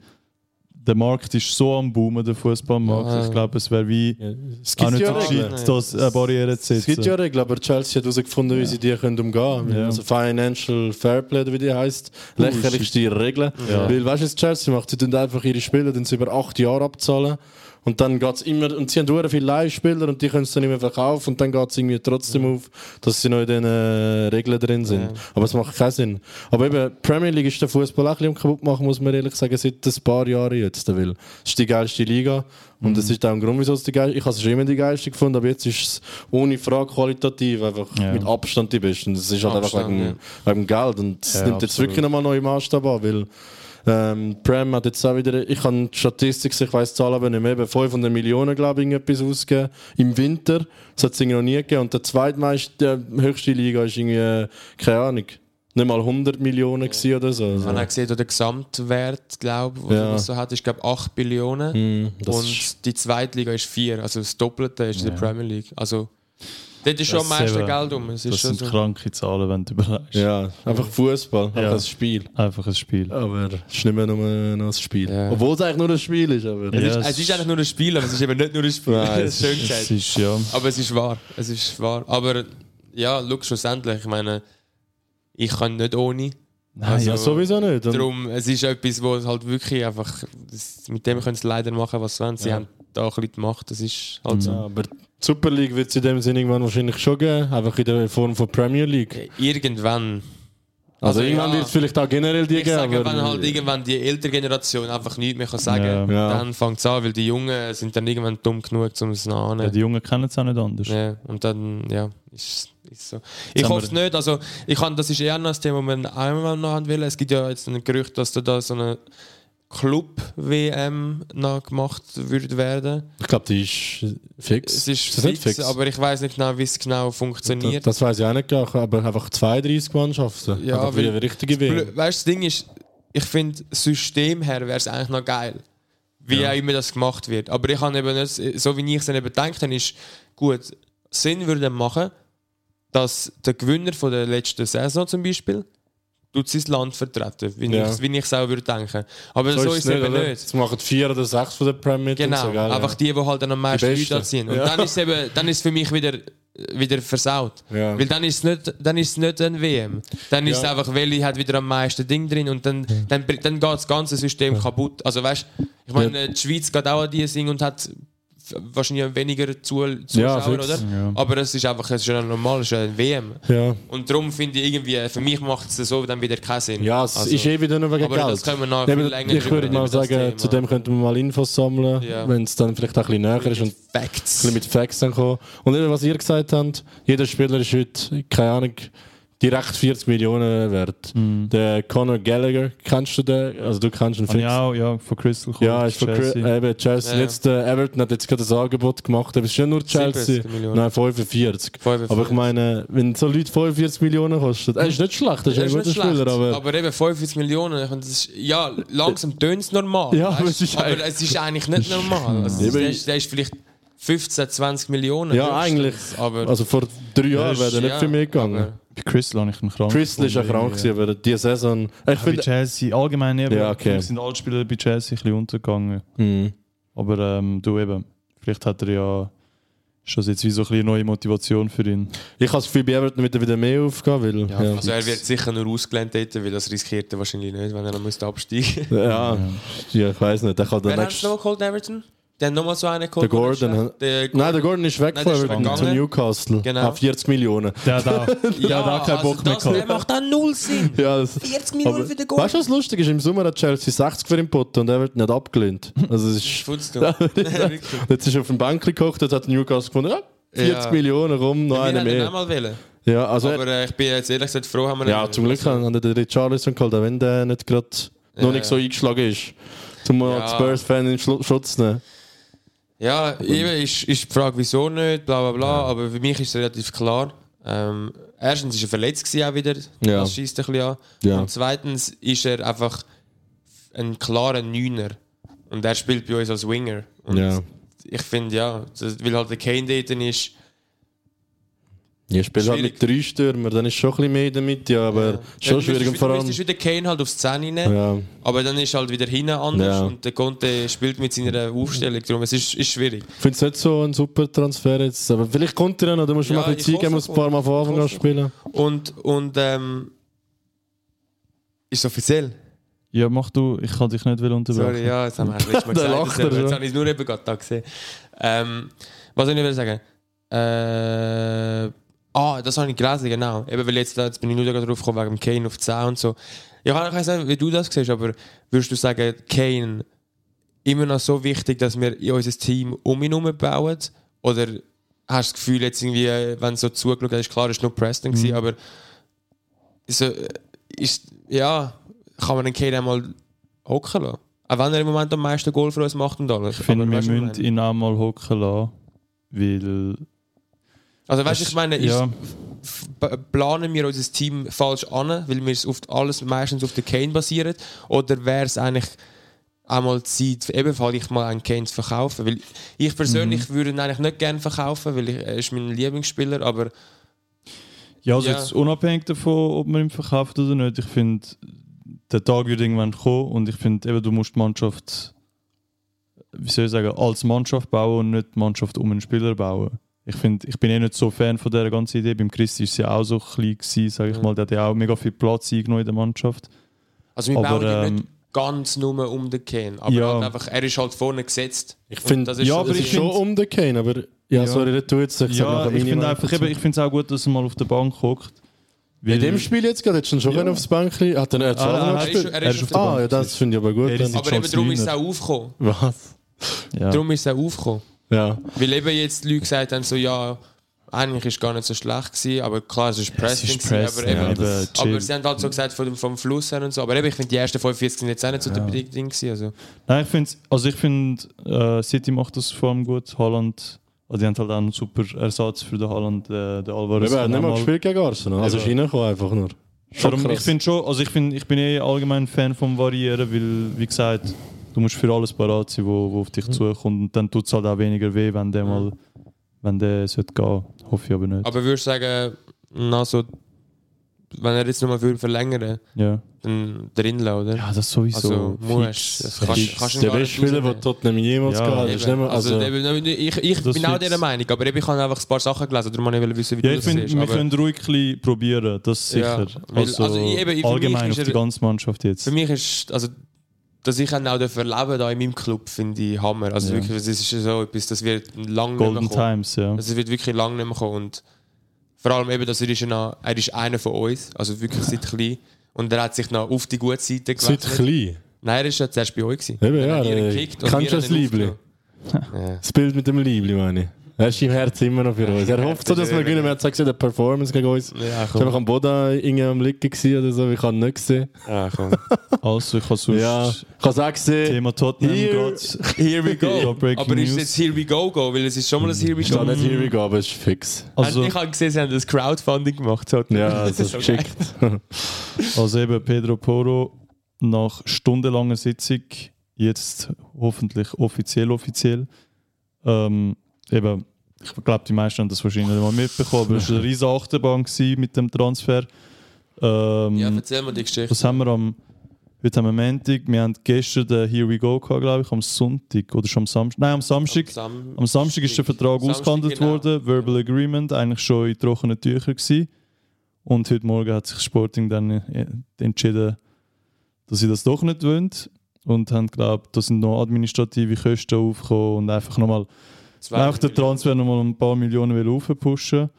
S6: der Markt ist so am Boomen, der Fußballmarkt.
S4: Ja.
S6: Ich glaube, es wäre wie
S5: Es
S6: auch
S5: gibt
S6: nicht
S5: ja
S6: so
S5: Regeln.
S4: Nein.
S6: gescheit, dass eine Barriere zu
S5: Es gibt ja
S6: setzen.
S5: Regeln, aber Chelsea hat herausgefunden, wie sie die können umgehen können.
S6: Ja.
S5: Also Financial Fairplay, oder wie die heisst, lächerlichst die Regeln. Weil, weißt du, was Chelsea macht? Sie tun einfach ihre Spieler dann über acht Jahre abzahlen und dann geht es immer, und sie haben sehr viele Leihspieler und die können es dann nicht mehr verkaufen und dann geht es irgendwie trotzdem auf, dass sie noch in den äh, Regeln drin sind. Aber es macht keinen Sinn. Aber eben, Premier League ist der Fußball auch ein bisschen am kaputt machen, muss man ehrlich sagen, seit ein paar Jahren jetzt. Weil es ist die geilste Liga
S6: Mhm.
S5: und es ist auch ein Grund, wieso es die geilste Ich habe es schon immer die geilste gefunden, aber jetzt ist es ohne Frage qualitativ einfach
S6: Ja.
S5: mit Abstand die beste. Und es ist halt
S4: Abstand,
S5: einfach wegen,
S4: ja.
S5: wegen dem Geld und es
S6: Ja,
S5: nimmt jetzt
S6: absolut.
S5: wirklich nochmal neue Maßstab an, weil ähm, Prem hat jetzt auch wieder, ich habe die Statistik, ich weiß die Zahl aber nicht mehr, eben 500 Millionen, glaube ich, irgendetwas ausgegeben im Winter. Das hat es irgendwie noch nie gegeben. Und der zweitmeiste, äh, höchste Liga ist irgendwie, äh, keine Ahnung, nicht mal 100 Millionen gewesen oder so.
S4: man
S5: Also,
S4: hat gesehen, der Gesamtwert, glaube ich,
S5: Ja.
S4: was so hat, ist glaube 8 Billionen.
S5: das ist,
S4: Und die Zweitliga ist vier, also das Doppelte ist die Premier League. Also dort ist schon am
S6: Das
S4: meisten
S6: eben-
S4: Geld um. Es ist
S6: Das
S4: schon
S6: sind
S4: so.
S6: kranke Zahlen, wenn du überlegst.
S5: ja, einfach Fußball, einfach
S6: Ja.
S5: ein Spiel.
S6: Einfach ein Spiel.
S5: Aber es ist nicht mehr nur noch ein Spiel.
S4: Ja.
S5: Obwohl es eigentlich nur ein Spiel ist. Aber.
S6: Ja.
S4: also Es ist, es ist eigentlich nur ein Spiel, aber es ist eben nicht nur ein Spiel.
S5: Nein,
S4: das ist schön
S6: Es
S4: gesagt.
S6: ist ja.
S4: Aber es ist wahr. Es ist wahr. Aber ja, schau, schlussendlich, ich meine, ich kann nicht ohne.
S6: Nein,
S5: ja, sowieso nicht. Und
S4: Darum, es ist etwas, wo es halt wirklich einfach, das, mit dem können sie leider machen, was sie wollen. Sie haben da ein bisschen die Macht, das ist halt so.
S5: Ja, aber die Super League wird es in dem Sinne irgendwann wahrscheinlich schon geben, einfach in der Form von Premier League.
S4: Äh, Irgendwann
S5: Also,
S4: Also,
S5: irgendwann
S4: ja.
S5: wird es vielleicht auch generell die
S4: Ich sage,
S5: aber-
S4: wenn halt irgendwann die ältere Generation einfach nichts mehr kann sagen
S6: Ja.
S4: kann,
S5: Ja.
S4: dann fängt es an, weil die Jungen sind dann irgendwann dumm genug, um es
S6: Ja,
S4: nachzunehmen.
S6: die Jungen kennen es auch nicht anders.
S4: Ja, und dann, ja, ist, ist so. Ich
S6: haben
S4: hoffe es nicht. Also, ich kann, das ist eher noch ein Thema, das wir einmal noch haben wollen. Es gibt ja jetzt ein Gerücht, dass da, da so eine Club-WM noch gemacht würde werden.
S5: Ich glaube, die ist fix.
S4: Es ist,
S5: das
S4: fix, aber ich weiß nicht genau, wie es genau
S5: Das,
S4: funktioniert.
S5: das weiß ich auch nicht, aber einfach 32 Mannschaften.
S4: Ja,
S5: einfach wie
S4: weil-
S5: eine richtige WM.
S4: Blö- Weißt du, das Ding ist, ich finde, System her wäre es eigentlich noch geil. Wie auch immer das gemacht wird. Aber ich habe eben nicht, so wie ich es dann eben gedacht habe, ist, gut, Sinn würde machen, dass der Gewinner von der letzten Saison zum Beispiel tut sein Land vertreten, wie
S5: Ja.
S4: ich, wie ich es auch würde denken. Aber so, ist es eben
S5: oder?
S4: nicht.
S5: Es machen vier oder sechs von der Premier mit
S4: Genau,
S5: und so, gell?
S4: einfach die, die halt dann am meisten
S5: Besten.
S4: Leute anziehen. Und
S5: Ja.
S4: dann ist es eben, dann ist für mich wieder, wieder versaut.
S5: Ja.
S4: Weil dann ist es nicht, dann ist es nicht ein WM. Dann ist
S5: Ja.
S4: es einfach, welche hat wieder am meisten Ding drin und dann, dann, br- dann geht das ganze System kaputt. Also weißt ich meine, die Schweiz geht auch an die Sing und hat f- wahrscheinlich weniger Zu- Zuschauer,
S5: fix.
S4: oder?
S6: Ja.
S4: Aber es ist einfach, es ist ja normal, es ist ja ein WM.
S5: Ja,
S4: Und darum finde ich irgendwie, für mich macht es so dann wieder keinen Sinn.
S5: ja es
S4: Also-
S5: ist eh wieder nur wegen
S4: aber
S5: Geld.
S4: das können wir noch
S5: Eben,
S4: viel länger
S5: Ich würde
S4: drüber
S5: mal
S4: reden, das
S5: sagen,
S4: Thema.
S5: zu dem könnten wir mal Infos sammeln,
S4: Ja.
S5: wenn es dann vielleicht auch ein bisschen näher ist und ein
S4: Facts.
S5: bisschen mit Facts dann kommen. Und eben, was ihr gesagt habt, jeder Spieler ist heute, keine Ahnung, direkt 40 Millionen wert. Der Conor Gallagher, kennst du den? Also du kennst ihn
S6: Habe
S5: fix.
S6: ich auch, Ah, ja, von Crystal
S5: Ja,
S6: geholt,
S5: ist von
S6: Chelsea.
S5: Chelsea. Eben, Chelsea.
S4: Ja.
S5: Jetzt, äh, Everton hat jetzt gerade ein Angebot gemacht. Aber es ist nicht nur Chelsea.
S4: 70 Millionen.
S5: Nein, 45.
S4: 45.
S5: Aber ich meine, wenn so Leute 45 Millionen kosten, äh, ist nicht schlecht, das ist ein
S4: ist
S5: guter
S4: nicht schlecht,
S5: Spieler. Aber,
S4: aber eben 45 Millionen, ich meine, das ist, ja, langsam tönt es normal.
S5: Ja,
S4: weißt?
S5: aber es ist
S4: aber
S5: eigentlich-
S4: es ist eigentlich nicht normal. Also,
S5: Eben.
S4: der, ist, der ist vielleicht 15, 20 Millionen.
S5: ja,
S4: höchstens.
S5: eigentlich.
S4: Aber,
S5: also vor drei Jahren
S6: ist-
S5: wäre er nicht
S4: ja,
S5: viel mehr gegangen.
S4: aber-
S6: Bei Crystal habe ich einen Krank.
S5: äh, Crystal ist ja krank, gewesen, aber diese Saison. Ich
S6: Bei
S5: finde,
S6: Chelsea allgemein eben.
S5: Ja, okay.
S6: Wir sind alle Spieler bei Chelsea ein bisschen untergegangen.
S4: Mhm.
S5: Hm.
S6: Aber ähm, du eben, vielleicht hat er ja schon jetzt wie so ein bisschen neue Motivation für ihn.
S5: ich habe das Gefühl, bei Everton wird er wieder mehr aufgehen, weil. Ja, ja.
S4: also er wird sicher nur ausgelernt dort, weil das riskiert er wahrscheinlich nicht, wenn er noch müsste absteigen müsste.
S5: ja. ja ich weiß nicht. Der kann
S4: Wer
S5: der
S4: hat es
S5: nächste.
S4: noch geholt, Everton? Der hat nochmal so einen
S5: Der
S4: geholt.
S5: Gordon.
S4: Der
S5: Nein, der Gordon ist weg
S4: Nein,
S5: von
S4: der ist
S5: Everton zu
S4: gegangen.
S5: Newcastle.
S4: Genau.
S5: Auf 40 Millionen.
S6: Der hat auch, der hat auch keinen Bock mehr
S4: also das, der
S6: gehabt.
S4: macht dann null Sinn.
S5: Ja, das,
S4: 40 Millionen für den Gordon.
S5: Weißt du, was lustig ist? Im Sommer hat Chelsea 60 für den Putten und Everton hat abgelehnt. Also es ist,
S4: Futzt du. Wirklich.
S5: jetzt ist er auf dem Bänkli gekocht, jetzt hat Newcastle gefunden, ja, 40
S4: Ja.
S5: Millionen rum, noch
S4: Wir
S5: einer
S4: hätten ihn
S5: mehr.
S4: auch mal wollen.
S5: Ja, also
S4: Aber äh, ich bin jetzt ehrlich gesagt froh, haben wir
S5: ja,
S4: ihn-
S5: zum Glück haben haben den Richarlison geholt, auch wenn der nicht gerade noch nicht so eingeschlagen ist. Zum mal
S4: Ja.
S5: die Spurs-Fan in Schlu- Schutz nehmen.
S4: Ja, eben ist, ist die Frage, wieso nicht, bla bla bla, aber für mich ist es relativ klar. Ähm, erstens war er verletzt gewesen auch wieder,
S5: Ja.
S4: das schießt ein bisschen an.
S5: Ja.
S4: Und zweitens ist er einfach ein klarer Neuner und er spielt bei uns als Winger. Und
S5: Ja.
S4: ich finde ja, das, weil halt der Kane dort ist,
S5: Ihr spielt halt
S4: Schwierig.
S5: mit drei Stürmern, dann ist schon ein bisschen mehr damit, ja, aber schon schwierig. Und vor
S4: Du
S5: allem,
S4: müsstest wieder Kane halt aufs 10 nehmen,
S5: ja,
S4: aber dann ist halt wieder hinten anders
S5: Ja.
S4: und der Conte spielt mit seiner Aufstellung drum, es ist, ist schwierig.
S5: ich finde es nicht so ein super Transfer jetzt, aber vielleicht kommt er noch, da musst du
S4: Ja,
S5: mal ein bisschen
S4: ich
S5: Zeit geben,
S4: hoffe
S5: muss ein paar Mal
S4: schon.
S5: von Anfang an
S4: Ich hoffe
S5: spielen.
S4: Und, und ähm, ist offiziell.
S6: Ja, mach du, ich kann dich nicht will unterbrechen.
S4: Sorry, ja, jetzt haben wir das letzte Mal
S5: Da
S4: gesagt.
S5: lacht
S4: das,
S5: er
S4: äh,
S5: schon.
S4: jetzt habe ich es nur eben gerade da gesehen. Ähm, was soll ich noch sagen? Äh, ah, das habe ich gelesen, genau. Eben, weil jetzt, jetzt bin ich nur da gerade drauf gekommen, wegen dem Kane auf 10 und so. Ja, ich weiß nicht, wie du das siehst, aber würdest du sagen, Kane immer noch so wichtig, dass wir in unser Team um ihn herum bauen? Oder hast du das Gefühl, jetzt irgendwie, wenn du so zugeschaut hast, klar, es war nur
S6: Mhm.
S4: Preston, gewesen, aber so, äh, ist, ja, kann man den Kane einmal hocken lassen? Auch wenn er im Moment am meisten Goal für uns macht und alles.
S6: Ich finde,
S4: Aber
S6: wir
S4: weißt du, was ich
S6: müssen
S4: meine?
S6: ihn auch mal hocken lassen, weil...
S4: Also weißt du, ich meine, ist,
S6: ja,
S4: p- planen wir unser Team falsch an, weil wir es oft alles meistens auf den Kane basieren? Oder wäre es eigentlich einmal Zeit, eben vielleicht mal einen Kane zu verkaufen? Weil ich persönlich würde ihn eigentlich nicht gerne verkaufen, weil ich, er ist mein Lieblingsspieler, aber
S6: ja, also
S4: ja.
S6: jetzt unabhängig davon, ob man ihn verkauft oder nicht, ich finde, der Tag wird irgendwann kommen und ich finde, eben, du musst die Mannschaft, wie soll ich sagen, als Mannschaft bauen und nicht die Mannschaft um einen Spieler bauen. Ich finde, ich bin eh nicht so Fan von dieser ganzen Idee. Beim Christi war sie auch so klein, sage ich
S4: Mhm.
S6: mal. Der hat ja auch mega viel Platz eingenommen in der Mannschaft.
S4: also wir
S6: Aber,
S4: bauen ihn
S6: ähm,
S4: nicht ganz nur um den Kane. Aber
S6: ja.
S4: halt einfach, er ist halt vorne gesetzt.
S5: Ich
S4: Und
S5: finde,
S4: das ist
S5: ja,
S4: so-
S5: aber
S4: das
S5: ich
S4: ist
S5: schon
S6: find-
S5: um den Kane, aber ja,
S6: Ja.
S5: sorry, nicht du jetzt, ich sag
S6: ja,
S5: nachher
S6: ich
S5: meine
S6: finde
S5: Meinung
S6: einfach,
S5: dazu.
S6: eben, ich finde es auch gut, dass er mal auf der Bank hockt.
S5: In dem Spiel jetzt gerade, hättest du ihn schon können aufs Bänkli. Hat er nicht
S6: Ah, ah,
S5: ah,
S6: er
S5: noch
S6: ist-
S5: gespielt?
S4: er ist auf der
S5: Ah,
S6: Bank
S5: ja, das finde ich aber gut.
S6: Er
S5: dann.
S6: ist-
S4: Aber eben
S6: Chance
S4: darum ist es
S6: kleiner.
S4: auch aufgekommen.
S5: Was?
S6: Ja.
S4: Darum ist es auch aufgekommen.
S5: Ja.
S4: Weil eben jetzt die Leute gesagt haben, so, ja, eigentlich ist gar nicht so schlecht gewesen, aber klar, es ist
S6: es
S4: Pressing,
S6: ist
S4: gewesen, aber,
S6: Pressing,
S4: eben,
S6: ja, das-
S4: aber
S6: chill.
S4: sie haben halt so gesagt, vom, vom Fluss her und so. Aber eben, ich finde, die ersten 45 sind jetzt auch nicht so der Bedingung Ding gewesen. Also.
S6: Nein, ich finde, also ich finde, äh, City macht das vor allem gut. Holland, also die haben halt auch einen super Ersatz für den Holland, äh, den
S5: Eben, er hat
S6: Alvarez. kann
S5: nicht
S6: auch
S5: mal
S6: mal-
S5: gespielt gegen Arsenal. Also ist reingekommen einfach nur. Schon
S6: Darum, ich
S5: krass.
S6: finde schon, also ich, find, ich bin eh allgemein Fan vom Variieren, weil, wie gesagt, du musst für alles parat sein, wo, wo auf dich zukommt. Und dann tut es halt auch weniger weh, wenn der mal, wenn der sollte gehen. Hoffe ich aber nicht.
S4: Aber würdest du sagen, na, so, wenn er jetzt nochmal würde verlängern,
S6: ja.
S4: dann drin lassen, oder?
S6: ja, das sowieso.
S4: also, musst
S6: Fix.
S4: das kannst, kannst du
S5: Der
S4: gar
S5: beste
S4: nicht
S5: Spieler,
S4: rausnehmen.
S5: den Tottenham jemals
S6: Ja,
S5: gehabt hat, ist nicht
S4: Eben,
S5: mehr.
S4: also,
S5: Also,
S4: eben, ich ich
S6: Das
S4: bin auch dieser
S6: fix.
S4: Meinung, aber eben, ich habe einfach ein paar Sachen gelesen, darum wollte ich wissen, wie du
S6: Ja, ich
S4: das
S6: finde,
S4: siehst.
S6: wir
S4: aber
S6: können ruhig ein bisschen probieren, das
S4: Ja,
S6: sicher.
S4: weil-
S6: also,
S4: also ich- eben, für mich
S6: allgemein
S4: ist
S6: auf
S4: er-
S6: die ganze Mannschaft jetzt.
S4: Für mich ist, also, dass ich ihn auch dafür leben da in meinem Club, finde ich Hammer. Also
S6: Ja.
S4: wirklich, das ist so etwas, das wird lange
S6: Golden
S4: nicht mehr kommen.
S6: Times, ja.
S4: Also, es wird wirklich lange nicht mehr kommen. Und vor allem eben, dass er ist, ja noch, er ist einer von uns, also wirklich seit klein. Und er hat sich noch auf die gute Seite
S5: seit
S4: gewechselt.
S5: klein.
S4: Nein, er ist ja zuerst bei euch. gewesen.
S5: Eben,
S4: Dann
S5: ja.
S4: hat ihr
S5: äh,
S4: gekickt und wir
S5: Kennst du
S4: haben
S5: das
S4: ihn
S5: Liebling?
S4: aufgenommen. Ja.
S5: Das Bild mit dem Liebling, meine ich. Er ist im Herzen immer noch für uns. Er hofft so, dass wir gewinnen. Er hat gesagt, der Performance gegen uns.
S4: Ja,
S5: Ich war am Boden irgendwie am Licken gewesen oder so, ich habe ihn nicht gesehen.
S4: Ja, komm.
S6: Also, ich habe sonst
S5: Ja, ich habe es auch gesehen.
S6: Thema Tottenham Also,
S5: Here-
S6: gerade.
S4: Here we
S6: Ja,
S4: go.
S6: Breaking
S4: aber ist
S6: News.
S4: jetzt Here we go go, weil es ist schon mal ein Here we
S5: Ich
S4: go.
S5: habe nicht Here We Go, aber es ist fix.
S6: Also,
S4: ich habe gesehen, sie haben das Crowdfunding gemacht. So.
S5: Ja, das ist
S4: so
S5: geschickt.
S6: Also eben Pedro Poro nach stundenlanger Sitzung, jetzt hoffentlich offiziell offiziell. Ähm, eben, ich glaube, die meisten haben das wahrscheinlich nicht mal mitbekommen, aber es war eine riesige Achterbahn gewesen mit dem Transfer. Ähm,
S4: Ja, erzähl mal die Geschichte.
S6: was haben wir am heute haben wir Montag, wir haben gestern den Here We Go gehabt, glaube ich, am Sonntag oder schon am Samstag. Nein, am Samstag.
S4: Sam-
S6: Am Samstag ist der Vertrag
S4: Samstag,
S6: ausgehandelt
S4: genau.
S6: worden, Verbal Agreement, eigentlich schon in trockenen Tüchern gewesen. Und heute Morgen hat sich Sporting dann äh, entschieden, dass sie das doch nicht wollen. Und haben geglaubt, da sind noch administrative Kosten aufgekommen und einfach nochmal,
S4: Zwei
S6: einfach den
S4: Millionen.
S6: Transfer nochmal ein paar Millionen will aufpushen.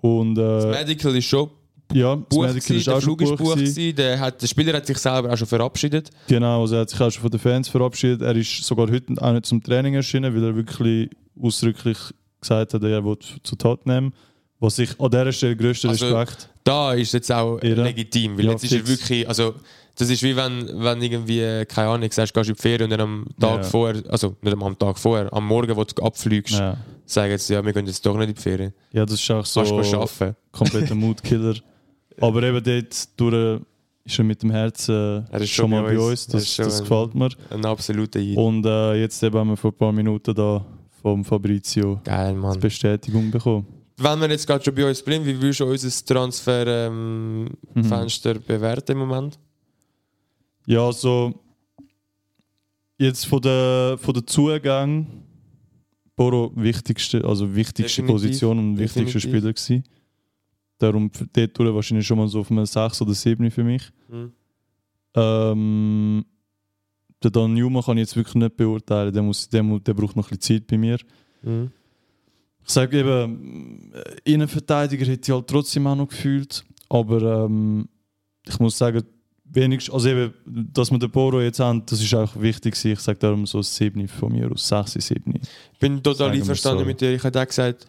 S6: Und äh,
S4: Medical ist schon
S6: ja, das
S4: Buch
S6: Medical
S4: gewesen,
S6: ist
S4: der
S6: auch schon
S4: Flug ist
S6: gebucht.
S4: Buch
S6: gewesen.
S4: gewesen, der, hat, der Spieler hat sich selber auch schon verabschiedet.
S6: Genau, also er hat sich auch schon von den Fans verabschiedet. Er ist sogar heute auch nicht zum Training erschienen, weil er wirklich ausdrücklich gesagt hat, er will zu Tottenham. Was ich an dieser Stelle grössten
S4: Also,
S6: Respekt.
S4: Da ist jetzt auch
S6: Ja.
S4: legitim, weil
S6: Ja,
S4: jetzt ist er
S6: fix.
S4: wirklich, also das ist wie wenn, wenn irgendwie, äh, keine Ahnung, sagst, gehst in die Ferien und dann am Tag
S6: Ja.
S4: vorher, also nicht am- am Tag vorher, am Morgen, wo du abfliegst,
S6: Ja.
S4: sagen jetzt, ja, wir gehen jetzt doch nicht in die Ferien.
S6: ja, das ist auch
S4: So. Kannst du
S6: so
S4: arbeiten.
S6: kompletter Moodkiller. Aber eben dort durch, ist er mit dem Herzen äh,
S4: Er ist
S6: schon
S4: schon
S6: mal
S4: bei
S6: bei
S4: uns.
S6: uns.
S4: Er
S6: Das,
S4: ist schon
S6: das
S4: ein-
S6: gefällt mir.
S4: Ein absoluter Jid.
S6: Und äh, jetzt eben haben wir vor ein paar Minuten da vom Fabrizio
S4: Geil, Mann.
S6: Bestätigung bekommen.
S4: Wenn wir jetzt gerade schon bei uns bleiben, wie würdest du unser Transferfenster ähm,
S6: Mhm.
S4: Fenster bewerten im Moment?
S6: Ja, also jetzt von der, von der Zugang Boro wichtigste, also wichtigste
S4: Definitiv,
S6: Position und wichtigster
S4: definitiv.
S6: Spieler gewesen. Darum für- dort durch wahrscheinlich schon mal so auf einem 6 oder 7 für mich.
S4: Mhm.
S6: Ähm, den Dan Newman kann ich jetzt wirklich nicht beurteilen, der, muss, der, mu- der braucht noch ein bisschen Zeit bei mir.
S4: Mhm.
S6: Ich sage eben, äh, Innenverteidiger hätte ich halt trotzdem auch noch gefühlt, aber ähm, ich muss sagen, wenigstens, also eben, dass wir den Poro jetzt haben, das ist auch wichtig gewesen. Ich sage darum so 7 von mir aus, 6, 7.
S4: Ich bin total
S6: Sagen wir
S4: einverstanden
S6: so.
S4: mit dir. Ich hätte auch gesagt,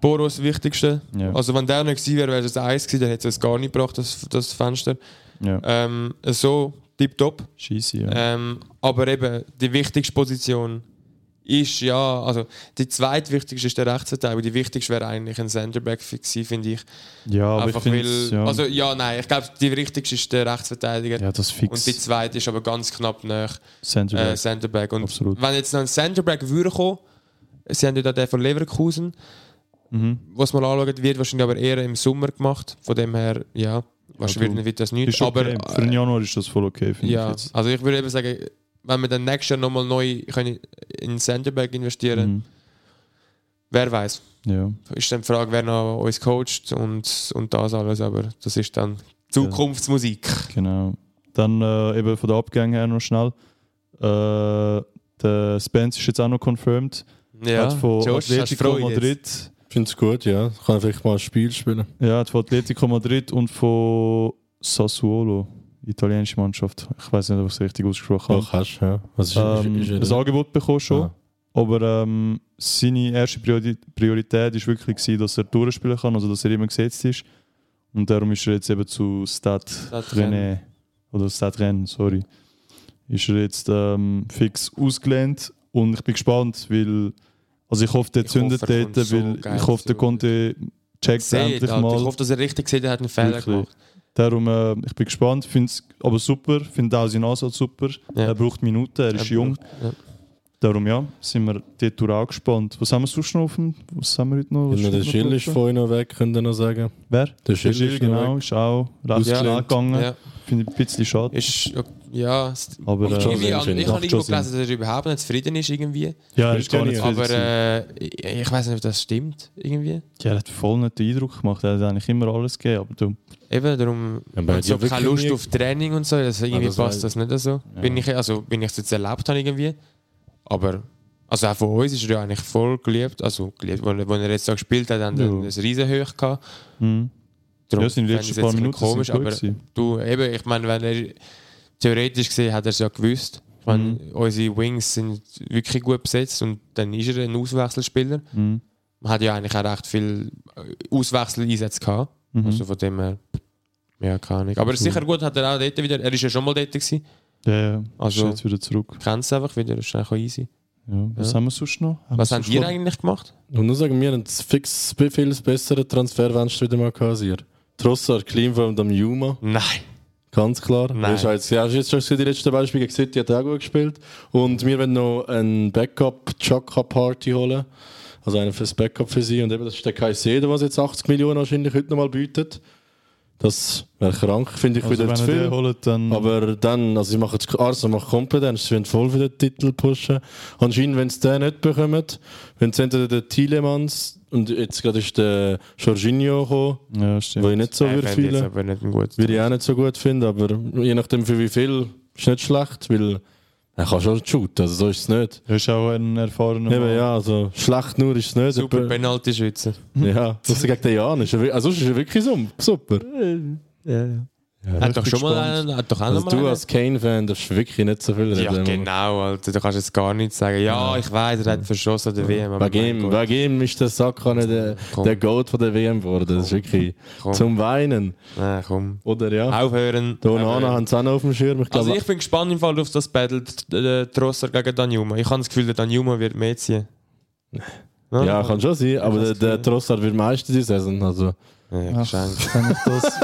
S4: Boros das Wichtigste.
S6: Ja.
S4: Also wenn der nicht gewesen wäre, wäre es ein Eis gewesen, dann hätte es gar nicht gebracht, das, das Fenster.
S6: Ja.
S4: Ähm, so, tipptopp.
S6: Äh, Scheisse, ja.
S4: Ähm, aber eben, die wichtigste Position ist ja, also die zweitwichtigste ist der Rechtsverteidiger. Die wichtigste wäre eigentlich ein Centerback gewesen, finde ich.
S6: ja, aber ich
S4: Einfach
S6: finde,
S4: weil,
S6: ja,
S4: also ja, nein, ich glaube, die wichtigste ist der Rechtsverteidiger.
S6: ja, das
S4: Und die
S6: fix.
S4: zweite ist aber ganz knapp nach
S6: Centerback.
S4: äh, Centerback. Und
S6: Absolut.
S4: wenn jetzt noch ein Centerback würde kommen, sie haben ja da den von Leverkusen,
S6: mhm.
S4: was man anschaut, wird wahrscheinlich aber eher im Sommer gemacht. Von dem her, ja, wahrscheinlich
S6: du-
S4: wird- wird das
S6: Ist
S4: nicht.
S6: okay.
S4: Aber
S6: Für den
S4: äh,
S6: Januar ist das voll okay, finde
S4: ja,
S6: ich jetzt.
S4: also ich würde eben sagen, wenn wir dann nächstes Jahr nochmal neu können in Centerback investieren,
S6: Mhm.
S4: wer weiß.
S6: Ja.
S4: Ist dann die Frage, wer noch uns coacht und, und das alles, aber das ist dann Zukunftsmusik.
S6: Genau. Dann äh, eben von den Abgängen her noch schnell. Äh, der Spence ist jetzt auch noch confirmed.
S4: Ja,
S6: hat von
S4: Josh, hast du
S6: Atletico
S4: Freude jetzt?
S6: Madrid
S5: finde es gut, ja. Kann vielleicht mal ein Spiel spielen.
S6: Ja, von Atletico Madrid und von Sassuolo, italienische Mannschaft. Ich weiß nicht, ob ich es richtig ausgesprochen habe.
S5: Doch, hast du, ja. Was ist,
S6: ähm,
S5: ist,
S6: ein
S5: ist
S6: Angebot bekommen schon.
S5: Ah.
S6: Aber ähm, seine erste Priori Priorität war wirklich, gewesen, dass er durchspielen kann, also dass er immer gesetzt ist. Und darum ist er jetzt eben zu Stade René. Oder Stade Rennes, sorry. Ist er jetzt ähm, fix ausgelehnt und ich bin gespannt, weil. Also ich hoffe, der
S4: Ich
S6: zündet
S4: hoffe, er
S6: dort,
S4: kommt so
S6: weil
S4: geil
S6: ich hofte, der
S4: zurück.
S6: Conte checkt
S4: Seht,
S6: endlich
S4: Alter.
S6: mal.
S4: Ich hoffe, dass er richtig sieht, er hat einen Fehler
S6: Wirklich.
S4: gemacht.
S6: Darum, äh, ich bin gespannt, finde es aber super, finde auch seinen Ansatz super.
S4: Ja.
S6: Er braucht Minuten, er ist
S4: braucht-
S6: jung.
S4: ja.
S6: Darum ja, sind wir dort durch auch gespannt. Was haben wir sonst noch auf dem, was haben wir heute noch? Was
S5: Wenn der
S6: steht noch
S5: Schill ist
S6: drauf?
S5: von euch noch weg, könnt ihr noch sagen.
S6: Wer?
S5: Der Schill
S6: Schill,
S5: ist noch
S6: genau, ist auch recht
S4: Ausgelehnt.
S6: schnell gegangen.
S4: Ja.
S6: Finde ich ein bisschen schade.
S4: Ist, ja, es-
S6: Aber
S4: ich,
S6: äh,
S5: Josie.
S4: irgendwie, ich
S5: Sinn, macht
S4: habe irgendwo
S5: schon Sinn.
S4: gelesen, dass er überhaupt nicht zufrieden ist irgendwie.
S6: ja, er ist gar
S5: Spielt
S6: nicht
S5: ja
S4: Aber
S6: zufrieden gewesen.
S4: äh, ich, ich weiß nicht, ob das stimmt irgendwie.
S6: Ja, er hat voll nicht den Eindruck gemacht. Er hat eigentlich immer alles gegeben, aber du.
S4: Eben, darum
S5: Ja, aber
S4: ja,
S5: hat
S4: ich
S5: ja
S4: habe keine
S5: wirklich
S4: Lust
S5: nie-
S4: auf Training und so, das irgendwie
S5: Ah,
S6: Also
S5: das weiß-
S4: passt das nicht so. Wenn ich also, wenn ich es jetzt erlebt habe irgendwie, aber also auch von uns ist er ja eigentlich voll geliebt, also geliebt, wo, er- wo er jetzt so gespielt hat, haben wir
S6: Ja.
S4: ein riesen Höch gehabt.
S6: Hm.
S4: Darum
S6: Ja, seine
S4: fände
S6: letzten
S4: ich es jetzt ein
S6: paar
S4: bisschen
S6: Minuten sind
S4: komisch,
S6: gut
S4: aber
S6: gewesen.
S4: du eben, ich meine, wenn er theoretisch gesehen hat er es ja gewusst. Ich meine,
S5: Mhm.
S4: unsere Wings sind wirklich gut besetzt und dann ist er ein Auswechselspieler.
S5: Mhm.
S6: Hm.
S4: Man hat ja eigentlich auch recht viel äh, Auswechseleinsätze gehabt.
S6: Mhm.
S4: Also von dem her, ja, keine Ahnung. Aber sicher gut hat er auch dort wieder, er ist ja schon mal dort gewesen.
S6: Ja, ja. Also,
S4: Also-
S6: ist jetzt wieder zurück.
S4: Kennt es einfach wieder, ist eigentlich auch easy.
S6: Ja. Was haben wir sonst noch?
S4: Was
S6: wir
S4: haben
S6: sonst
S4: ihr
S6: noch-
S4: eigentlich gemacht?
S5: Ich muss nur sagen, wir haben fix viel besseren Transferfenster wieder mal kassiert. Trossard, Klimfer und am Juma,
S4: Nein.
S5: ganz klar.
S4: Nein.
S5: Ist jetzt, ja, hast du jetzt schon gesehen, die letzten Beispiele gegen City hat auch gut gespielt. Und wir wollen noch einen Backup-Chaka-Party holen. Also einen fürs Backup für sie. Und eben, das ist der Kaisedo, was jetzt 80 Millionen wahrscheinlich heute nochmal bietet. Das wäre krank, finde ich
S6: Also,
S5: wieder
S6: wenn
S5: zu
S6: er den
S5: viel.
S6: holt, dann.
S5: Aber dann, also sie machen jetzt- Arsenal macht Kompetenz, sie wollen voll für den Titel pushen. Anscheinend, wenn sie den nicht bekommen, wenn sie entweder den Thielemans und jetzt gerade ist der Jorginho gekommen,
S6: ja, stimmt.
S5: wo ich nicht so
S4: Äh,
S5: würde
S4: fände ich jetzt
S5: fühlen,
S4: aber nicht ein gutes.
S5: würde ich auch nicht so gut finden, aber je nachdem für wie viel, ist nicht schlecht, weil er kann schon shooten, also so ist es nicht.
S6: Er ist auch ein erfahrener
S5: Eben ja, also schlecht nur ist es nicht.
S4: Super
S5: aber-
S4: Penalty-Schütze.
S5: Ja, das gegen den Jan ist, er wir- also sonst ist er wirklich sum- super.
S4: Hat doch
S6: bin
S4: schon mal einen, hat doch auch
S5: Also
S4: noch
S5: du
S4: mal
S5: als Kane-Fan darfst wirklich nicht so viel Also,
S4: einen. Ja,
S5: reden.
S4: genau, Alter. Da kannst du jetzt gar nichts sagen. Ja, ich weiß, er hat verschossen der WM. aber
S5: Wegen
S4: mein
S5: ihm,
S4: Gott,
S5: wegen ihm ist der Saka nicht der,
S4: Komm.
S5: der Gold von der WM geworden. Das ist wirklich
S4: Komm.
S5: zum Weinen.
S4: Nein, kohm.
S5: Oder ja?
S4: Aufhören.
S5: Donana
S4: Aufhören.
S5: haben es auch noch auf dem Schirm. Ich
S4: Ah,
S5: glaube,
S4: äh, Also ich bin gespannt im Fall auf das Battle äh, Trosser gegen Danjuma. Ich habe das Gefühl, der Danjuma wird mehr ziehen.
S5: ja, kann schon sein, aber der,
S4: das
S5: der
S4: Gefühl.
S5: Trossard wird meistens die Saison. Also,
S4: Ja,
S6: Ach,
S4: geschenkt.
S6: wenn ich das,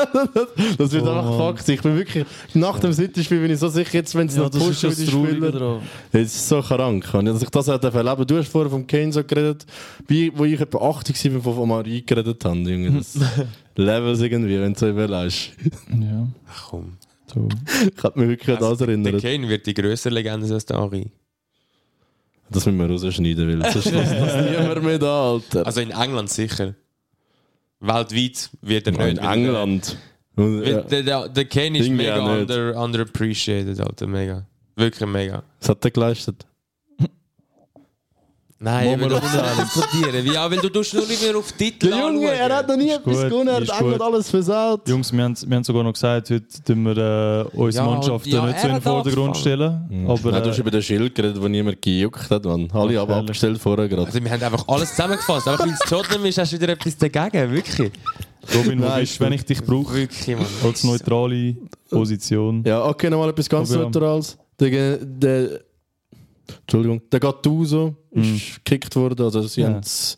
S5: das wird
S6: Oh
S5: einfach
S6: Mann.
S5: Fakt sein. Ich bin wirklich, nach dem City-Spiel bin ich so sicher, jetzt, wenn es noch pushen würde, die Spieler.
S6: dran.
S5: Es ist so krank. Und dass ich das hätte erleben Du hast vorher vom Kane so geredet, wie, wo ich etwa 80 war, von Marie geredet habe. Junge, das Levels irgendwie, wenn du so überlegst.
S6: Ja,
S4: Ach, komm.
S6: so.
S5: Ich habe mich wirklich an das
S6: Also,
S4: Der
S5: erinnert.
S4: Kane wird die größere Legende als der Henri.
S5: Das müssen wir rausschneiden, weil sonst lässt das niemand mehr da, Alter.
S4: Also in England sicher. Weltweit wird er
S5: Nein,
S4: nicht.
S5: in England. Und, ja,
S4: Wird, der, der, der Kane ist
S5: Irgendwie auch
S4: mega
S5: nicht.
S4: under, underappreciated, Alter. Mega. Wirklich mega.
S5: was hat er geleistet?
S4: Nein,
S5: Moment
S4: ich will
S5: of
S4: doch nicht diskutieren. Ja, weil du tust nur immer auf Titel anschauen.
S5: noch nie
S6: etwas gut, gewonnen, er hat ist England gut.
S5: alles versaut.
S6: Jungs, wir haben, wir haben sogar noch gesagt, heute tun wir äh, unsere
S4: Ja,
S6: Mannschaften
S4: ja,
S6: nicht so in
S4: er
S6: den
S4: hat angefangen.
S6: Vordergrund stellen.
S5: Aber,
S6: Aber
S5: du hast
S6: äh,
S5: über den Schild geredet, wo niemand gejuckt hat, Mann. Alle haben
S6: ehrlich.
S5: abgestellt vorher gerade.
S4: Also wir haben einfach alles zusammengefasst. Aber weil es Tottenham ist, hast du wieder etwas dagegen. Wirklich.
S6: Robin, wo
S5: Nein,
S6: bist, du, wenn ich dich brauche,
S4: Wirklich, Mann.
S6: als neutrale Position.
S5: Ja, okay, nochmal etwas ganz
S6: Aber ja.
S5: Neutrales. Der, Ge- der, Entschuldigung, der Gattuso ist gekickt worden, also sie
S6: Mhm. Ja.
S5: haben es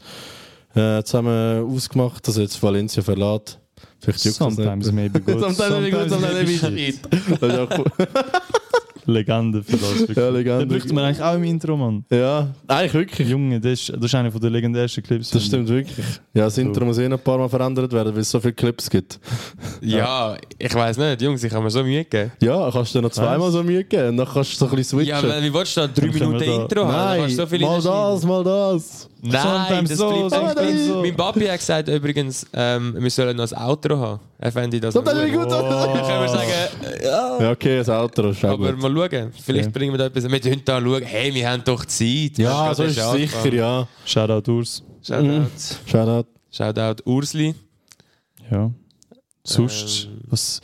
S5: äh, zusammen ausgemacht, dass er jetzt Valencia verlässt. Vielleicht juckt das nicht.
S6: Sometimes maybe good. shit.
S5: shit. Das ist auch cool.
S6: Legende für das. wirklich.
S5: Ja, Legende.
S6: Den bräuchte man eigentlich auch im Intro, Mann.
S5: Ja, eigentlich wirklich.
S6: Junge, das ist, das ist einer der legendärsten Clips.
S5: Das stimmt wirklich. Ja, das Intro muss eh noch ein paar Mal verändert werden, weil es so viele Clips gibt.
S4: Ja, ich weiß nicht, Jungs, ich habe mir so Mühe gegeben.
S5: Ja, kannst du dir noch zweimal so Mühe geben und dann kannst du so ein bisschen
S4: Ja,
S5: switchen.
S4: aber wie willst du da drei
S6: Dann können
S4: Minuten
S6: wir da-
S4: Intro haben? Da
S5: Nein,
S4: kannst du so viel
S5: mal
S4: reinschneiden.
S5: das, mal das.
S4: Nein,
S6: Sometimes
S4: das
S6: so,
S4: bleibt
S5: sometimes
S4: echt
S5: so.
S4: so. Mein Papi hat gesagt übrigens, ähm, wir sollen noch ein Outro haben. Er fände das
S5: Sometimes
S4: noch
S5: wie gut.
S4: Dann können wir sagen, äh, ja.
S5: Ja, okay, das Outro ist auch
S4: Aber
S5: gut.
S4: mal schauen, vielleicht bringen wir da etwas. Wir können da schauen, hey, wir haben doch Zeit.
S5: Ja,
S4: Wir haben
S5: so
S4: gerade
S5: ist es
S4: erst
S5: sicher, Mhm.
S4: angefangen.
S5: ja.
S6: Shoutout Urs.
S4: Shoutout.
S5: Shoutout.
S4: Shoutout Ursli.
S6: Ja. Sonst,
S4: Ähm.
S6: was.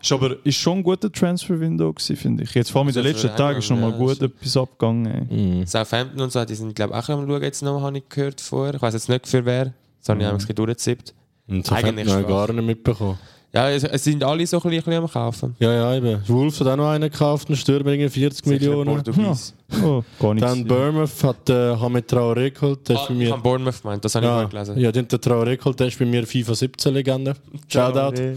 S6: Ist aber ist schon ein guter Transfer-Window, gewesen, finde ich. Jetzt vor allem in den
S4: Also
S6: letzten
S4: für
S6: Tagen ist
S4: England,
S6: nochmal
S4: ja, ist-
S6: gut etwas abgegangen. Ey.
S5: Hm.
S4: Southampton und so, die sind glaube ich auch am Schauen jetzt noch, habe ich gehört vorher. Ich weiß jetzt nicht für wer. Das habe ich einfach ein bisschen durchgezippt.
S5: Und das
S4: Eigentlich
S5: Eigentlich hat man
S4: schwach.
S5: gar nicht mitbekommen.
S4: Ja, es, es sind alle so ein bisschen am Kaufen.
S5: Ja, ja, eben. Wolf hat auch noch einen gekauft, einen Stürmer, irgendwie 40 Millionen.
S4: Portugies.
S6: Oh, gar nichts.
S5: Dann Bournemouth hat äh, Hamid Traoré geholt. Der
S4: Ah,
S5: ist bei
S4: ich
S5: mir,
S4: habe Bournemouth gemeint, das habe ich
S5: ja,
S4: mal gelesen.
S5: ja, den der Traoré geholt, der ist bei mir FIFA 17 Legende. Shoutout.
S6: äh,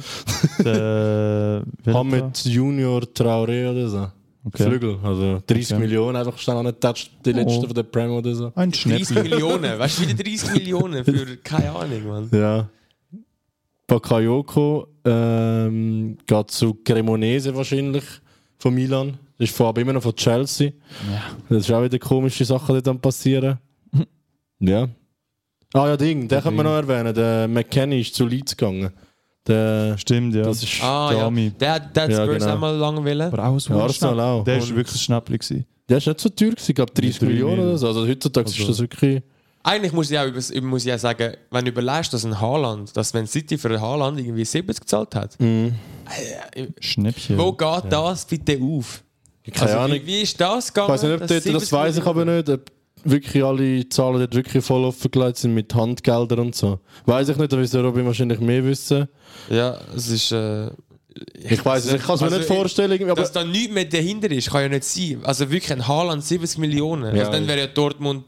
S6: Der,
S5: Hamid Junior Traoré oder so.
S6: okay.
S5: Flügel, also 30
S6: Okay.
S5: Millionen einfach schnell angetatscht, die letzte
S6: Oh.
S5: von der Prem oder so.
S6: Ein
S4: 30
S6: Schnäppchen.
S4: Millionen, weißt du, wieder 30 Millionen für keine Ahnung, Mann.
S5: Ja. Bakayoko ähm, geht zu Cremonese wahrscheinlich von Milan. Ist vor allem immer noch von Chelsea. Das ist auch wieder komische Sachen, die dann passieren. ja. Ah ja, Ding, den können wir noch erwähnen. Der McKenny ist zu Leeds gegangen. Der,
S6: Stimmt, ja.
S5: das ist
S4: Ah, ja.
S6: Dami.
S4: Der hat der hat
S5: Ja,
S4: Spurs
S5: genau.
S4: einmal lang wollen.
S6: Aber auch so
S5: Ja,
S6: ein
S5: Arsenal
S6: Schnäppli.
S5: auch.
S6: Der ist
S5: Und-
S6: wirklich ein Schnäppli. gewesen.
S5: der ist nicht so teuer, gewesen, ich glaube 30
S6: Drei
S5: Millionen
S6: Millionen.
S5: oder so. Also heutzutage ist
S6: Also-
S5: das wirklich.
S4: Eigentlich muss ich auch, übers- muss ich auch sagen, wenn du überlegst, dass ein Haaland, dass wenn City für einen Haaland irgendwie 70 gezahlt hat,
S5: Mhm.
S6: Schnäppchen.
S4: wo geht das bitte auf?
S5: Keine
S4: also,
S5: Ahnung.
S4: wie, wie ist das
S5: Ich
S4: gegangen?
S5: weiß nicht, ob
S4: dass
S5: dort,
S4: 70
S5: das weiß ich aber nicht, ob wirklich alle Zahlen dort wirklich voll offengelegt sind mit Handgeldern und so. Weiß ich nicht, da müsste Robin wahrscheinlich mehr wissen.
S4: Ja, es ist. Äh,
S5: Ich weiß es, ich kann es mir
S4: also,
S5: nicht vorstellen, irgendwie, aber
S4: Dass da nichts mehr dahinter ist, kann ja nicht sein. Also wirklich ein Haaland 70 Millionen.
S5: Ja,
S4: also dann wäre ja Dortmund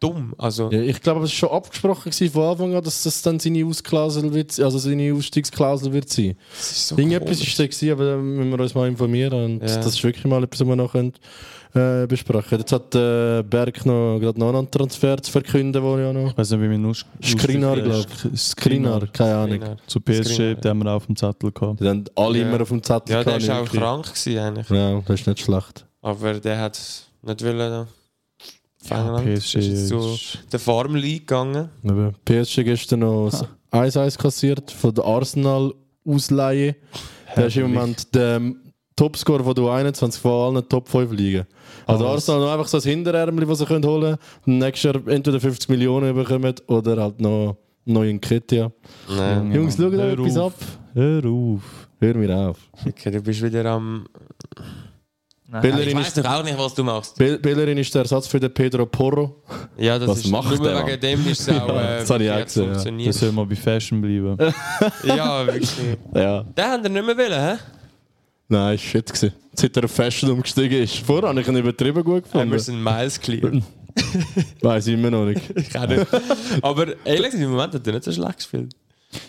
S4: dumm. Also,
S5: Ja, ich glaube, es ist schon abgesprochen gewesen von Anfang an, dass das dann seine Ausklausel wird, also seine Ausstiegsklausel wird sein.
S4: das ist so
S5: Irgendetwas
S4: komisch.
S5: ist da gewesen, aber da müssen wir uns mal informieren und
S4: Ja.
S5: das ist wirklich mal etwas, was wir noch können, äh, besprechen. Jetzt hat äh, Berg noch gerade noch einen Transfer zu verkünden, wo ja noch
S6: Ich weiß nicht, wie man nur
S5: Skriniar, glaub Krinar, keine Ahnung.
S4: Trainer.
S6: Zu PSG,
S4: Skriniar.
S6: den haben wir auch auf dem Zettel gehabt.
S5: Die haben alle
S4: Ja.
S5: immer auf dem Zettel
S4: Ja, der
S5: gehabt,
S4: war auch
S5: wirklich.
S4: krank gewesen, eigentlich.
S5: Ja, Genau, das ist nicht schlecht.
S4: Aber der hat nicht wollen. Ja,
S6: PSG
S4: ist jetzt zu
S6: ist-
S4: der Farm League gegangen.
S5: Eben. PSG gestern noch das 1-1 kassiert von der Arsenal-Ausleihe. Der ist im Moment der Topscorer von der 21 von allen Top 5 liegen. Also
S6: Alles.
S5: Arsenal noch einfach so ein Hinterärmchen, das sie können holen können. Nächstes Jahr entweder 50 Millionen bekommen oder halt noch einen neuen Ketja.
S4: Nein,
S5: Jungs, schaut euch
S6: Hör
S5: etwas ab.
S6: auf. Hör auf.
S5: Hör mir auf.
S4: okay, du bist wieder am. Äh, Ich
S5: Bellerin
S4: weiß
S5: ist,
S4: doch auch nicht, was du machst.
S5: Be- Bellerin ist der Ersatz für den Pedro Porro.
S4: Ja, das
S5: Was
S4: ist
S5: macht
S4: nur
S5: der, Mann?
S4: wegen dem ist es auch.
S5: Ja,
S4: Äh,
S5: das habe ich auch
S4: hat's
S5: gesehen, ja.
S6: Das
S4: funktioniert.
S6: soll mal bei Fashion bleiben.
S4: Ja, wirklich.
S5: Ja.
S4: Den haben wir nicht mehr wollen, hä?
S5: Nein, ist shit gewesen. Seit er auf Fashion umgestiegen ist. Vorher habe ich ihn übertrieben gut gefunden.
S4: Emerson Miles clear.
S5: Weiß ich immer noch nicht.
S4: Ich auch nicht. Aber ehrlich gesagt, im Moment hat er nicht so schlecht gespielt.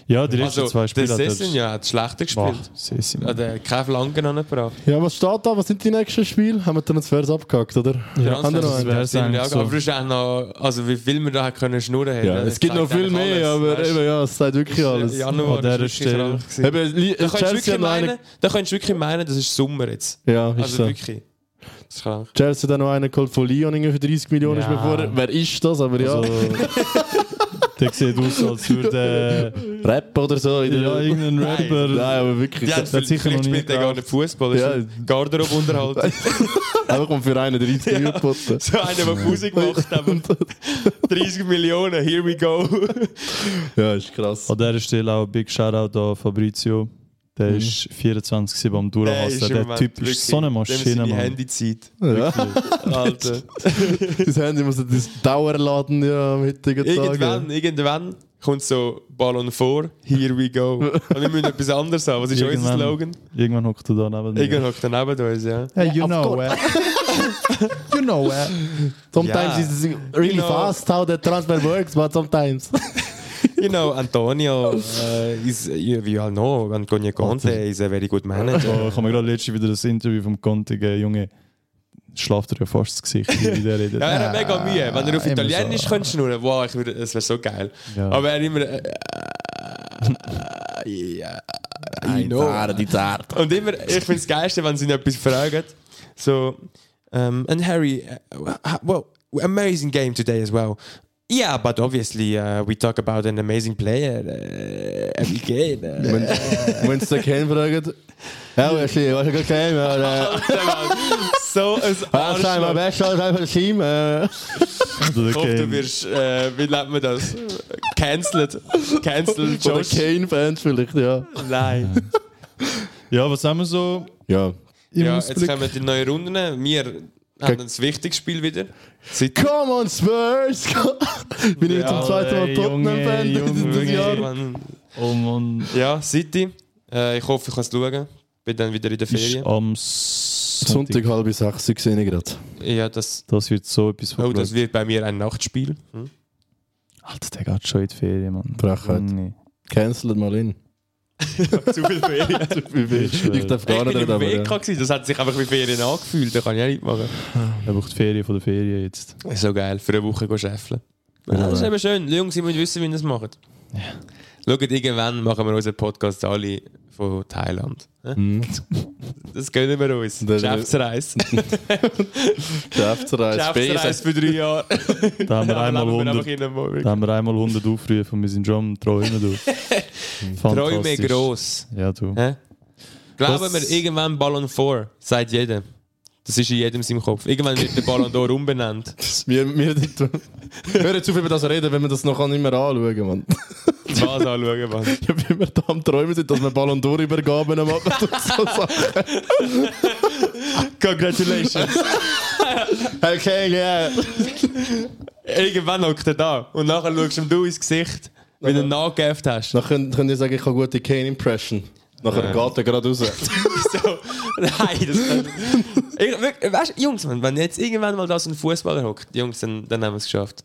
S6: Ja, die letzten
S4: Also,
S6: zwei
S4: der
S6: Spiele hat er-
S4: Session ja, hat schlechter
S6: Boah,
S4: gespielt.
S6: Session.
S4: Ja, der hat keine Flanken angebracht.
S5: Ja, was steht da? Was sind die nächsten Spiele? Haben wir Transfers abgehakt, oder?
S4: Ja,
S5: Haben wir noch
S6: das
S5: einen?
S6: wäre es eigentlich so.
S4: Aber es ist auch noch, also wie viel man da hat können schnurren hätte.
S5: ja, es gibt noch viel mehr, aber eben, ja, es sagt wirklich alles.
S4: äh, Januar
S6: An dieser
S4: ist wirklich
S6: Stelle.
S4: krank gewesen.
S5: Eben, Li-
S4: Da könntest, du
S5: Chelsea
S4: wirklich
S5: hat noch einen.
S4: meinen, da könntest du wirklich meinen, das ist Sommer jetzt.
S5: Ja, ist
S4: Also
S5: so.
S4: wirklich. Das ist krank.
S5: Chelsea hat auch noch einen geholt von Lyon irgendwie für 30 Millionen.
S6: Ja.
S5: Ist mir vorher. Wer ist das? Aber ja,
S6: Also, der sieht aus, als würde
S5: Rap oder so. In
S6: äh,
S5: der
S6: ja, irgendein
S4: Nein.
S6: Rapper.
S5: Nein, aber wirklich.
S4: Die haben
S6: hat sicher noch
S4: vielleicht
S6: nie
S4: spielt der gar
S6: gebraucht.
S4: nicht Fußball, das ist
S5: Ja.
S4: ein Garderobeunterhalt.
S5: Einfach mal für einen 30 Millionen geboten.
S4: So einer, der Musik macht, aber 30 Millionen, here we go.
S5: Ja, ist krass.
S6: An dieser Stelle auch ein Big Shoutout an Fabrizio. Der
S4: Hm.
S6: ist 24 7 am Durchhassen. Der,
S4: im
S6: Typ
S4: Moment
S6: ist so
S4: wirklich- dem
S6: eine Maschine,
S4: seine
S6: Mann.
S4: Handyzeit.
S5: Ja.
S4: Alter.
S5: Das Handy muss das Dauerladen ja am heutigen Tag.
S4: Irgendwann, irgendwann kommt so Ballon vor, here we go. Und wir müssen etwas anderes haben. Was ist unser
S6: Irgendwann-
S4: Slogan?
S6: Irgendwann hockt er da neben mir.
S4: Irgendwann hockt er neben uns, ja.
S6: Hey, you know where. you know where.
S4: Ja.
S5: Sometimes it's really
S4: Genau.
S5: fast how the transfer works, but sometimes.
S4: You know, Antonio uh, is, you, you all know, Antonio Conte is a very good manager.
S6: Oh, ich habe mir gerade letztens wieder das Interview vom Conte gegeben. Junge, schlaft er ja fast das Gesicht, wie der redet.
S4: Ja, er hat mega Mühe. Wenn er auf
S6: immer
S4: Italienisch
S6: so.
S4: könnte schnurren, wow, ich würde, es wäre so geil.
S6: Ja.
S4: Aber er immer... Äh, äh, ja, I know.
S5: die Zart.
S4: Und immer, ich finde es geilste, wenn sie ihn etwas fragen. äh, So, ähm, and Harry, uh, well, amazing game today as well. Yeah, but obviously uh, we talk about an amazing player uh, every game. Uh.
S5: Wenn, wenn sie den Ken fragen, ja, Wesley, was ist das Game? Äh,
S4: so ein
S6: Ah,
S5: Was ist mein
S4: Arschloch.
S5: bester Teil von Team? Äh,
S6: Oder
S4: Ich hoffe, du
S6: Kane.
S4: wirst, äh, wie nennt man das? Cancelled. Cancelled
S5: Oder
S4: Josh.
S5: Kane-Fans vielleicht, ja.
S4: Nein.
S6: Ja, was haben wir so
S5: Ja.
S6: im
S4: Ja, jetzt
S6: Ausblick?
S4: kommen die neuen Runden. Wir haben das wichtigste Spiel wieder. Seit
S5: Come on, Spurs! Bin ich zum zweiten Mal
S6: Alle
S5: Tottenham-Fan
S6: Junge,
S5: dieses
S6: Junge.
S5: Jahr.
S4: Mann.
S6: Oh Mann.
S4: Ja, City. Äh, ich hoffe, ich kann es schauen. Bin dann wieder in der
S6: Ist
S4: Ferien.
S6: am
S5: Sonntag
S6: Sonntag.
S5: halb sechs, ich sehe ich gerade.
S4: Ja, das,
S6: Das wird so etwas
S4: oh,
S6: von
S4: das wird bei mir ein Nachtspiel. Hm?
S6: Alter, der geht schon in die Ferien, Mann.
S5: Frechheit.
S6: Nee.
S5: Cancelt mal ihn.
S4: Zu viel Ferien.
S5: Ich darf
S4: Ich
S5: gar
S4: bin im
S5: nicht reden, aber...
S4: WK
S5: ja.
S4: gewesen. Das hat sich einfach wie Ferien angefühlt. Da kann ich auch nicht machen.
S6: Er braucht die Ferien von der Ferien jetzt.
S4: Ist So geil. Für eine Woche gehen scheffeln. Ja, das ist eben schön. Die Jungs, ihr müsst wissen, wie ihr es macht. Schaut, irgendwann machen wir unseren Podcast alle von Thailand. Hä? Das gönnen wir uns.
S5: Mhm. Das-
S4: Geschäftsreise.
S5: Geschäftsreise.
S4: Geschäftsreise für drei Jahre.
S6: Da haben wir einmal
S4: Leben wir einfach
S6: 100,
S4: in einem Moment.
S6: da haben wir einmal 100 Aufrufe und wir sind schon am Träumen, du.
S4: Träume
S6: Fantastisch.
S4: gross.
S6: Ja, du.
S4: Hä? Glauben
S6: Das-
S4: wir irgendwann Ballon 4, sagt jeder. Das ist in jedem seinem Kopf. Irgendwann wird der Ballon d'Or umbenannt.
S5: Wir, wir, hören zu viel über das reden, wenn wir das noch nicht mehr anschauen, Mann.
S4: Was anschauen, Mann.
S5: Ja, wie wir da am Träumen sind, dass wir Ballon d'Or übergaben am Abend und so Sachen.
S4: Congratulations.
S5: Okay, yeah.
S4: irgendwann hockt er da. Und nachher schaust du ihm du ins Gesicht, wenn du ihn nachgeäfft hast.
S5: Dann könnt, könnt ihr sagen, ich habe gute Kane-Impression. Nachher geht er gerade raus.
S4: so. Nein, das kann ich, wirklich, weißt, du, Jungs, Mann, wenn jetzt irgendwann mal da so ein Fußballer hockt, Jungs, dann, dann haben wir es geschafft.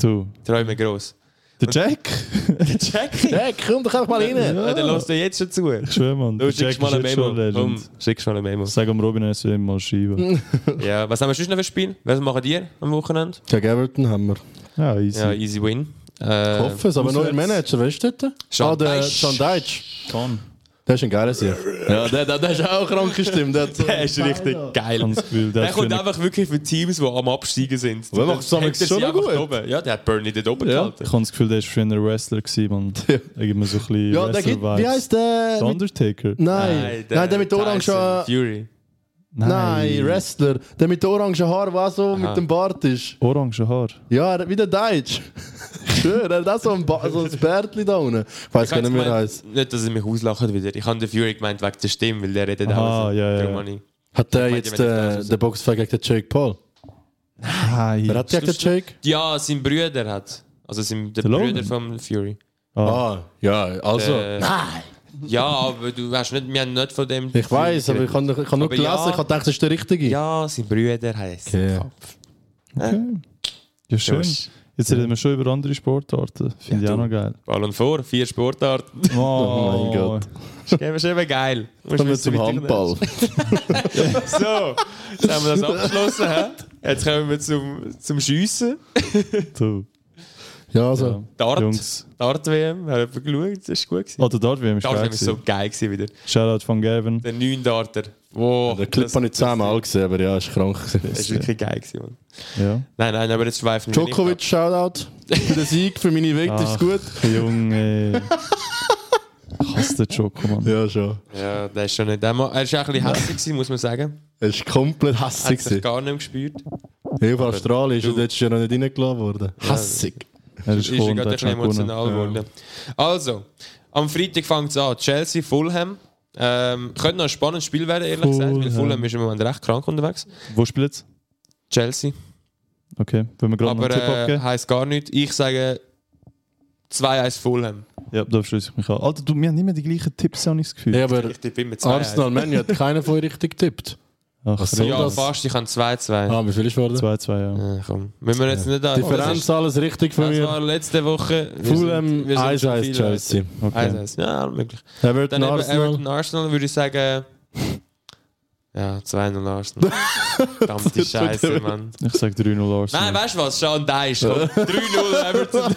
S6: du.
S4: Träume gross.
S6: Der Jack?
S4: Der Jackie.
S5: Hey, komm doch einfach mal rein.
S4: Ja. Dann hörst du jetzt schon zu.
S6: Schön, Mann.
S4: Du
S6: Der
S4: schickst
S6: Jack
S4: mal eine
S6: ist jetzt schon
S4: Memo.
S6: Legend.
S4: Komm, schickst mal eine Memo.
S6: Sag am Robin, er soll ihm mal schreiben.
S4: Ja, was haben wir sonst noch für Spiel? Was machen die am Wochenende?
S5: Gegen Everton haben wir.
S6: Ja, easy.
S4: Ja, easy win. Äh,
S5: Ich hoffe es, aber neuer
S6: auswärts.
S5: Manager, weißt du das?
S4: Sean
S5: ah, der
S4: Dyche.
S5: Sean Deitch.
S6: Kann.
S5: Der ist ein geiler Sieg. Ja, der, der, der ist auch krank gestimmt. Der hat so-
S4: Der ist richtig
S6: Ich hab
S4: geil.
S6: das Gefühl, der
S4: Der
S6: hat
S4: kommt
S6: schöne-
S4: einfach wirklich für Teams, die am Absteigen sind.
S5: Aber er macht es am
S4: Hebt er
S5: schon
S4: sie
S5: noch
S4: einfach
S5: gut.
S4: Oben. Ja, der hat Bernie dort oben
S5: Ja.
S4: gehalten.
S6: Ich habe das Gefühl, der war früher Wrestler gewesen, Mann. Irgendwie so ein bisschen
S5: ja, der gibt.
S6: Wrestler-Vibes.
S5: Wie heißt der?
S6: der? Undertaker?
S5: Nein. Nein, der, mit äh, der
S4: Tyson
S5: orangen.
S4: Fury.
S5: Nein, Wrestler. Der mit den orangen Haaren, der auch so mit dem Bart ist.
S6: Orange Haar.
S5: Ja, der- wie der Deutsch. Schön, er hat auch so ein, ba so ein Bärtli da unten. Ich weiß
S4: Ich
S5: gar
S4: hab's
S5: nicht mehr
S4: gemeint,
S5: heißt.
S4: nicht, dass er mich auslachen wieder. Ich habe den Fury gemeint wegen der Stimme, weil der redet
S6: Aha,
S4: auch so.
S6: ja, ja,
S4: Darum
S6: ja.
S4: hab ich-
S5: Hat der
S4: Ich
S5: jetzt
S4: meine, wenn ich
S5: äh,
S4: das
S5: den Boxfight gegen den Jake Paul?
S6: Nein.
S5: Wer hat gegen den Jake?
S4: Ja, sein Bruder hat. Also sein, der
S6: Der Logan?
S4: Bruder von Fury.
S5: Ah, ja, also.
S4: Äh, Ja, aber du hast nicht, wir haben nicht von dem.
S5: ich weiß, aber ich habe ich hab nur
S4: Aber
S5: gelesen,
S4: ja.
S5: ich habe gedacht, das ist der richtige.
S4: Ja, sein Brüder heißt
S5: Okay.
S4: Kopf.
S6: Ja, schön.
S4: Josh.
S6: Jetzt reden wir schon über andere Sportarten. Finde ich auch noch geil.
S4: Ballon vor, vier Sportarten.
S6: Oh,
S5: mein Gott.
S4: Das ist eben geil. Musst
S5: Kommen wir
S4: wissen,
S5: zum
S4: wie du
S5: Handball.
S4: denkst. So, jetzt haben wir das abgeschlossen. He? Jetzt kommen wir zum, zum Schiessen.
S6: Du.
S5: Ja, also.
S4: Dart.
S6: Jungs.
S4: Dart-WM, hat jemand geschaut, das war gut. Gewesen.
S6: Oh, der Dart WM ist
S4: Dart-WM
S6: geil.
S4: war so
S6: gewesen.
S4: geil gewesen wieder.
S6: Shoutout von Gavin.
S4: Der 9 Darter. Wow,
S5: Den Oh, Clip
S4: das-
S5: habe ich zehnmal gesehen, aber ja, ist krank. gewesen.
S4: Das war wirklich geil. Gewesen, Mann.
S6: Ja.
S4: Nein, nein, aber jetzt schweifen wir
S5: Djokovic, Shoutout. Für den Sieg, für meine Welt ist
S6: Ach.
S5: gut.
S6: Junge. Ich hasse den Schoko, Mann.
S5: Ja, schon.
S4: nicht ab. Ja, der ist schon nicht. Der, Ma- er war auch ein bisschen hässlich, gewesen, muss man sagen.
S5: Es war komplett
S4: Er hat
S5: hässig.
S4: sich
S5: gewesen.
S4: gar nicht mehr gespürt.
S5: Hier auf Australien ist
S4: Du-
S5: er jetzt schon noch nicht reingeladen worden. Hässig.
S6: Er
S4: ist
S6: gekommen
S4: schon
S6: und
S4: gerade ein
S6: hat
S4: bisschen
S6: schnell gewonnen.
S4: emotional geworden. Also, am Freitag fängt es an. Chelsea, Fulham. Ähm, könnte noch ein spannendes Spiel werden, ehrlich gesagt, weil
S6: Fulham.
S4: Fulham ist im Moment recht krank unterwegs.
S6: Wo spielt es?
S4: Chelsea.
S6: Okay, wenn wir gerade noch
S4: Aber
S6: einen Tipp
S4: äh,
S6: abgeben.
S4: heisst gar nichts. Ich sage 2-1 Fulham.
S6: Ja, da schließe ich mich an. Alter, du, wir haben immer die gleichen Tipps, habe ich das Gefühl.
S5: Ja, aber
S4: Ich tippe immer 2-1.
S5: Arsenal, Manu hat keiner von euch richtig getippt.
S6: Ach,
S5: Was soll
S4: Ja,
S5: das?
S4: fast. Ich habe 2-2.
S5: Ah, wie viel ist worden?
S6: 2-2, ja.
S4: Ja, komm. Müssen wir jetzt nicht an.
S5: Differenz, alles richtig von
S4: Das
S5: mir.
S4: war letzte Woche. Wir
S5: Fulham,
S4: sind- wir sind
S5: 1-1
S4: schon viel
S5: Chelsea.
S4: weiter. 1-1, ja, möglich.
S5: Everton,
S4: Dann eben
S5: Arsenal.
S4: Everton Arsenal würde ich sagen. Ja, 2-0 Arsenal. Verdammte Scheiße, Mann.
S6: Ich sage 3-0 Arsenal.
S4: Nein, weißt du was? Sean Dyche. komm. 3-0 Everton.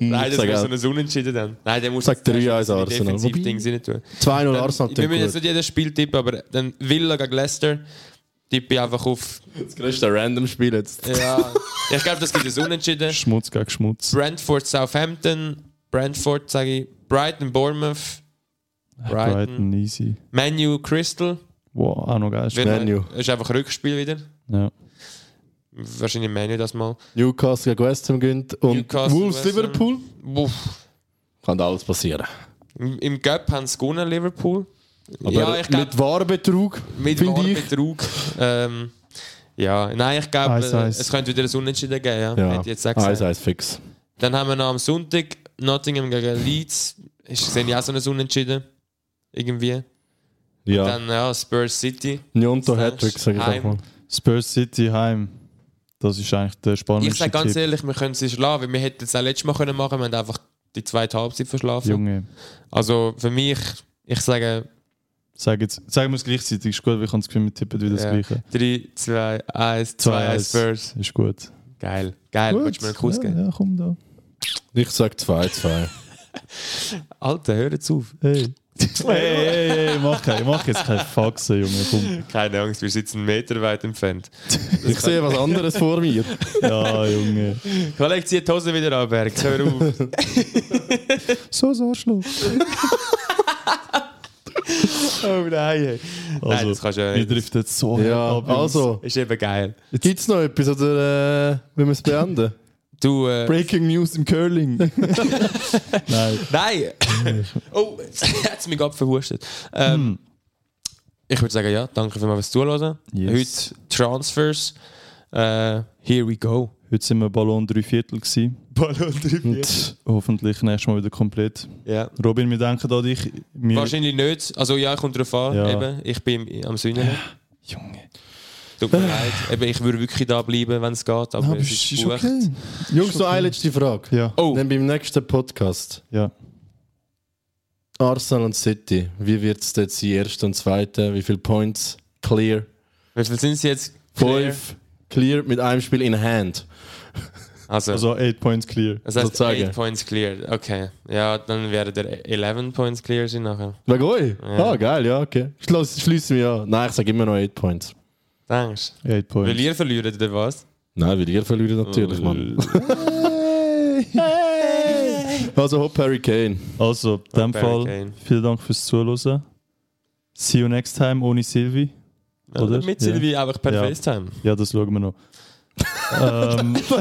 S4: Nein, das
S5: Hm, sag
S4: wäre
S5: auch.
S4: so ein Unentschieden dann. Nein, der muss
S5: Sag 3-1
S4: Arsenal.
S5: Arsenal. Wobei-
S4: Defensiv-Ding nicht tun.
S5: 2-0
S4: Dann-
S5: Arsenal,
S4: Wir müssen
S5: tippt
S4: jetzt
S5: gut.
S4: nicht jedes Spiel tippen, aber dann Villa gegen Leicester. tippe ich einfach auf.
S5: Das größte Random-Spiel jetzt.
S4: Ja. ich glaube, das gibt es unentschieden.
S6: Schmutz gegen Schmutz.
S4: Brentford, Southampton. Brentford, sage ich. Brighton, Bournemouth.
S6: Brighton.
S4: Brighton.
S6: easy.
S4: Manu, Crystal.
S6: Wow, auch noch geil.
S4: Wird
S5: Manu.
S4: noch- Ist einfach Rückspiel wieder.
S6: Ja.
S4: Wahrscheinlich Manu das mal.
S5: Newcastle gegen West Ham gewinnt und
S4: Newcastle,
S5: Wolves
S4: West Ham.
S5: Liverpool.
S4: Uff.
S5: Kann alles passieren.
S4: Im im Cup haben sie gewonnen, Liverpool.
S5: Aber
S4: ja, ich glaube,
S5: mit Wahrbetrug,
S4: mit
S5: finde ich.
S4: Betrug. Ähm, ja, nein, ich glaube,
S6: Eins,
S4: äh,
S6: eins.
S4: es könnte wieder ein Unentschieden geben. Ja.
S5: Ja,
S4: Hätte ich jetzt auch gesagt.
S5: 1-1 fix.
S4: Dann haben wir noch am Sonntag Nottingham gegen Leeds. Ist sehe ich auch so ein Unentschieden. Irgendwie.
S5: Ja,
S4: Dann ja, Spurs City.
S5: Njonto Hattrick, sage ich
S4: Heim.
S5: auch mal.
S6: Spurs City heim. Das ist eigentlich der
S4: Ich
S6: spannendste
S4: sage ganz
S6: Tipp.
S4: ehrlich, wir können sie schlagen, weil wir hätten es auch letztes Mal können machen können. Wir haben einfach die zweite Halbzeit verschlafen.
S6: Junge,
S4: Also für mich, ich sage
S6: sag jetzt, sagen wir es gleichzeitig, ist gut, wir können das Gefühl mit tippen wieder das
S4: Ja.
S6: gleiche.
S4: 3, 2, 1, 2, 1
S6: 2-1.
S4: Spurs.
S6: Ist gut.
S4: Geil,
S6: Äh,
S4: geil. Willst du mir einen Kuss
S6: ja,
S4: geben?
S6: ja, komm da.
S5: Ich sage 2-2.
S4: Alter, hör jetzt auf.
S6: Hey. Hey, hey, hey, mach, kein- mach jetzt keine Faxen, Junge. Komm.
S4: Keine Angst, wir sitzen einen Meter weit entfernt.
S5: ich sehe was anderes vor mir.
S6: Ja, Junge.
S4: Kollege, zieh die Hose wieder an, Berg. Hör auf.
S6: So, so, Arschloch.
S4: oh nein. Nein, das
S6: Also,
S4: kannst du ja
S6: ihr
S4: nicht.
S6: driftet so
S5: Ja,
S6: Jungs.
S5: also,
S4: Ist eben geil.
S5: gibt es noch etwas oder äh, wenn wir es beenden?
S4: Du, äh,
S6: Breaking News im Curling. Nein.
S4: Nein! oh, jetzt hat es mich gerade verhustet. Ähm,
S6: Hm.
S4: Ich würde sagen, ja, danke für mal fürs Zuhören.
S6: Yes.
S4: Heute Transfers. Äh, here we go.
S6: Heute sind wir Ballon drei Viertel gewesen.
S4: Ballon drüber.
S6: Hoffentlich nächstes Mal wieder komplett.
S4: Ja.
S6: Robin, wir denken an dich. Wir,
S4: Wahrscheinlich nicht. Also ja, kommt drauf an.
S6: Ja.
S4: Eben, ich bin im- am Sünden.
S6: Junge.
S4: Tut mir leid. Eben, ich würde wirklich da bleiben, wenn es geht. Ah, Aber
S6: Aber
S4: es
S6: ist,
S4: ist,
S6: ist
S4: gebucht.
S6: okay.
S5: Jungs, noch eine letzte Frage.
S6: Ja.
S4: Oh,
S5: Dann beim nächsten Podcast.
S6: Ja.
S5: Arsenal und City. Wie wird es dort sein? Erster und Zweiter? Wie viele Points? Clear.
S4: wie viel sind sie jetzt?
S5: Fünf. Clear mit einem Spiel in Hand.
S4: Also,
S6: Also 8 Points clear.
S4: das heißt
S5: sozusagen.
S4: 8 Points clear. Okay. Ja, dann wäre der 11 Points clear sein nachher.
S5: Wegen euch? Ah, geil, ja, okay. Schluss, schliessen wir an. Nein, ich sage immer noch 8 Points.
S4: Denkst du?
S6: 8 Points.
S4: Will ihr verlieren oder was?
S5: Nein, weil ihr verliert natürlich, Mann. Also, hopp Harry Kane.
S6: Also, in dem
S4: Barry
S6: Fall,
S4: Kane.
S6: vielen Dank fürs Zuhören. See you next time ohne Silvi.
S4: Oder?
S6: Oder?
S4: Mit
S6: Ja.
S4: Silvi einfach per
S6: Ja.
S4: FaceTime.
S6: Ja, das schauen wir noch. ähm, Ah,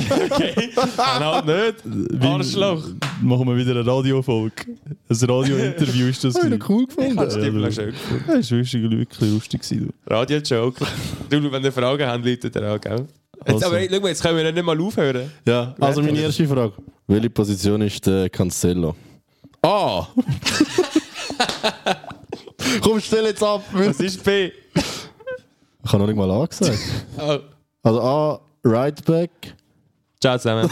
S4: Ah, Nein, nicht.
S6: wie-
S4: Arschloch.
S6: Machen wir wieder eine Radiofolge. Ein Radiointerview ist das. gewesen.
S5: Oh, cool gefunden.
S4: Das
S6: Ja,
S4: stimmt
S6: du-
S4: noch schön.
S6: Das war wirklich, wirklich lustig. gewesen, du.
S4: Radio-Joke. Du, wenn ihr Fragen habt, Leute da an, gell? Jetzt,
S6: Also.
S4: aber schau mal, jetzt können wir nicht mal aufhören.
S5: Ja, also meine erste Frage. Welche Position ist der Cancelo? Ah! Komm, stell jetzt ab!
S4: Das ist B.
S5: Ich habe noch nicht mal A gesagt.
S4: Oh.
S5: Also A, Right Back.
S4: Ciao zusammen.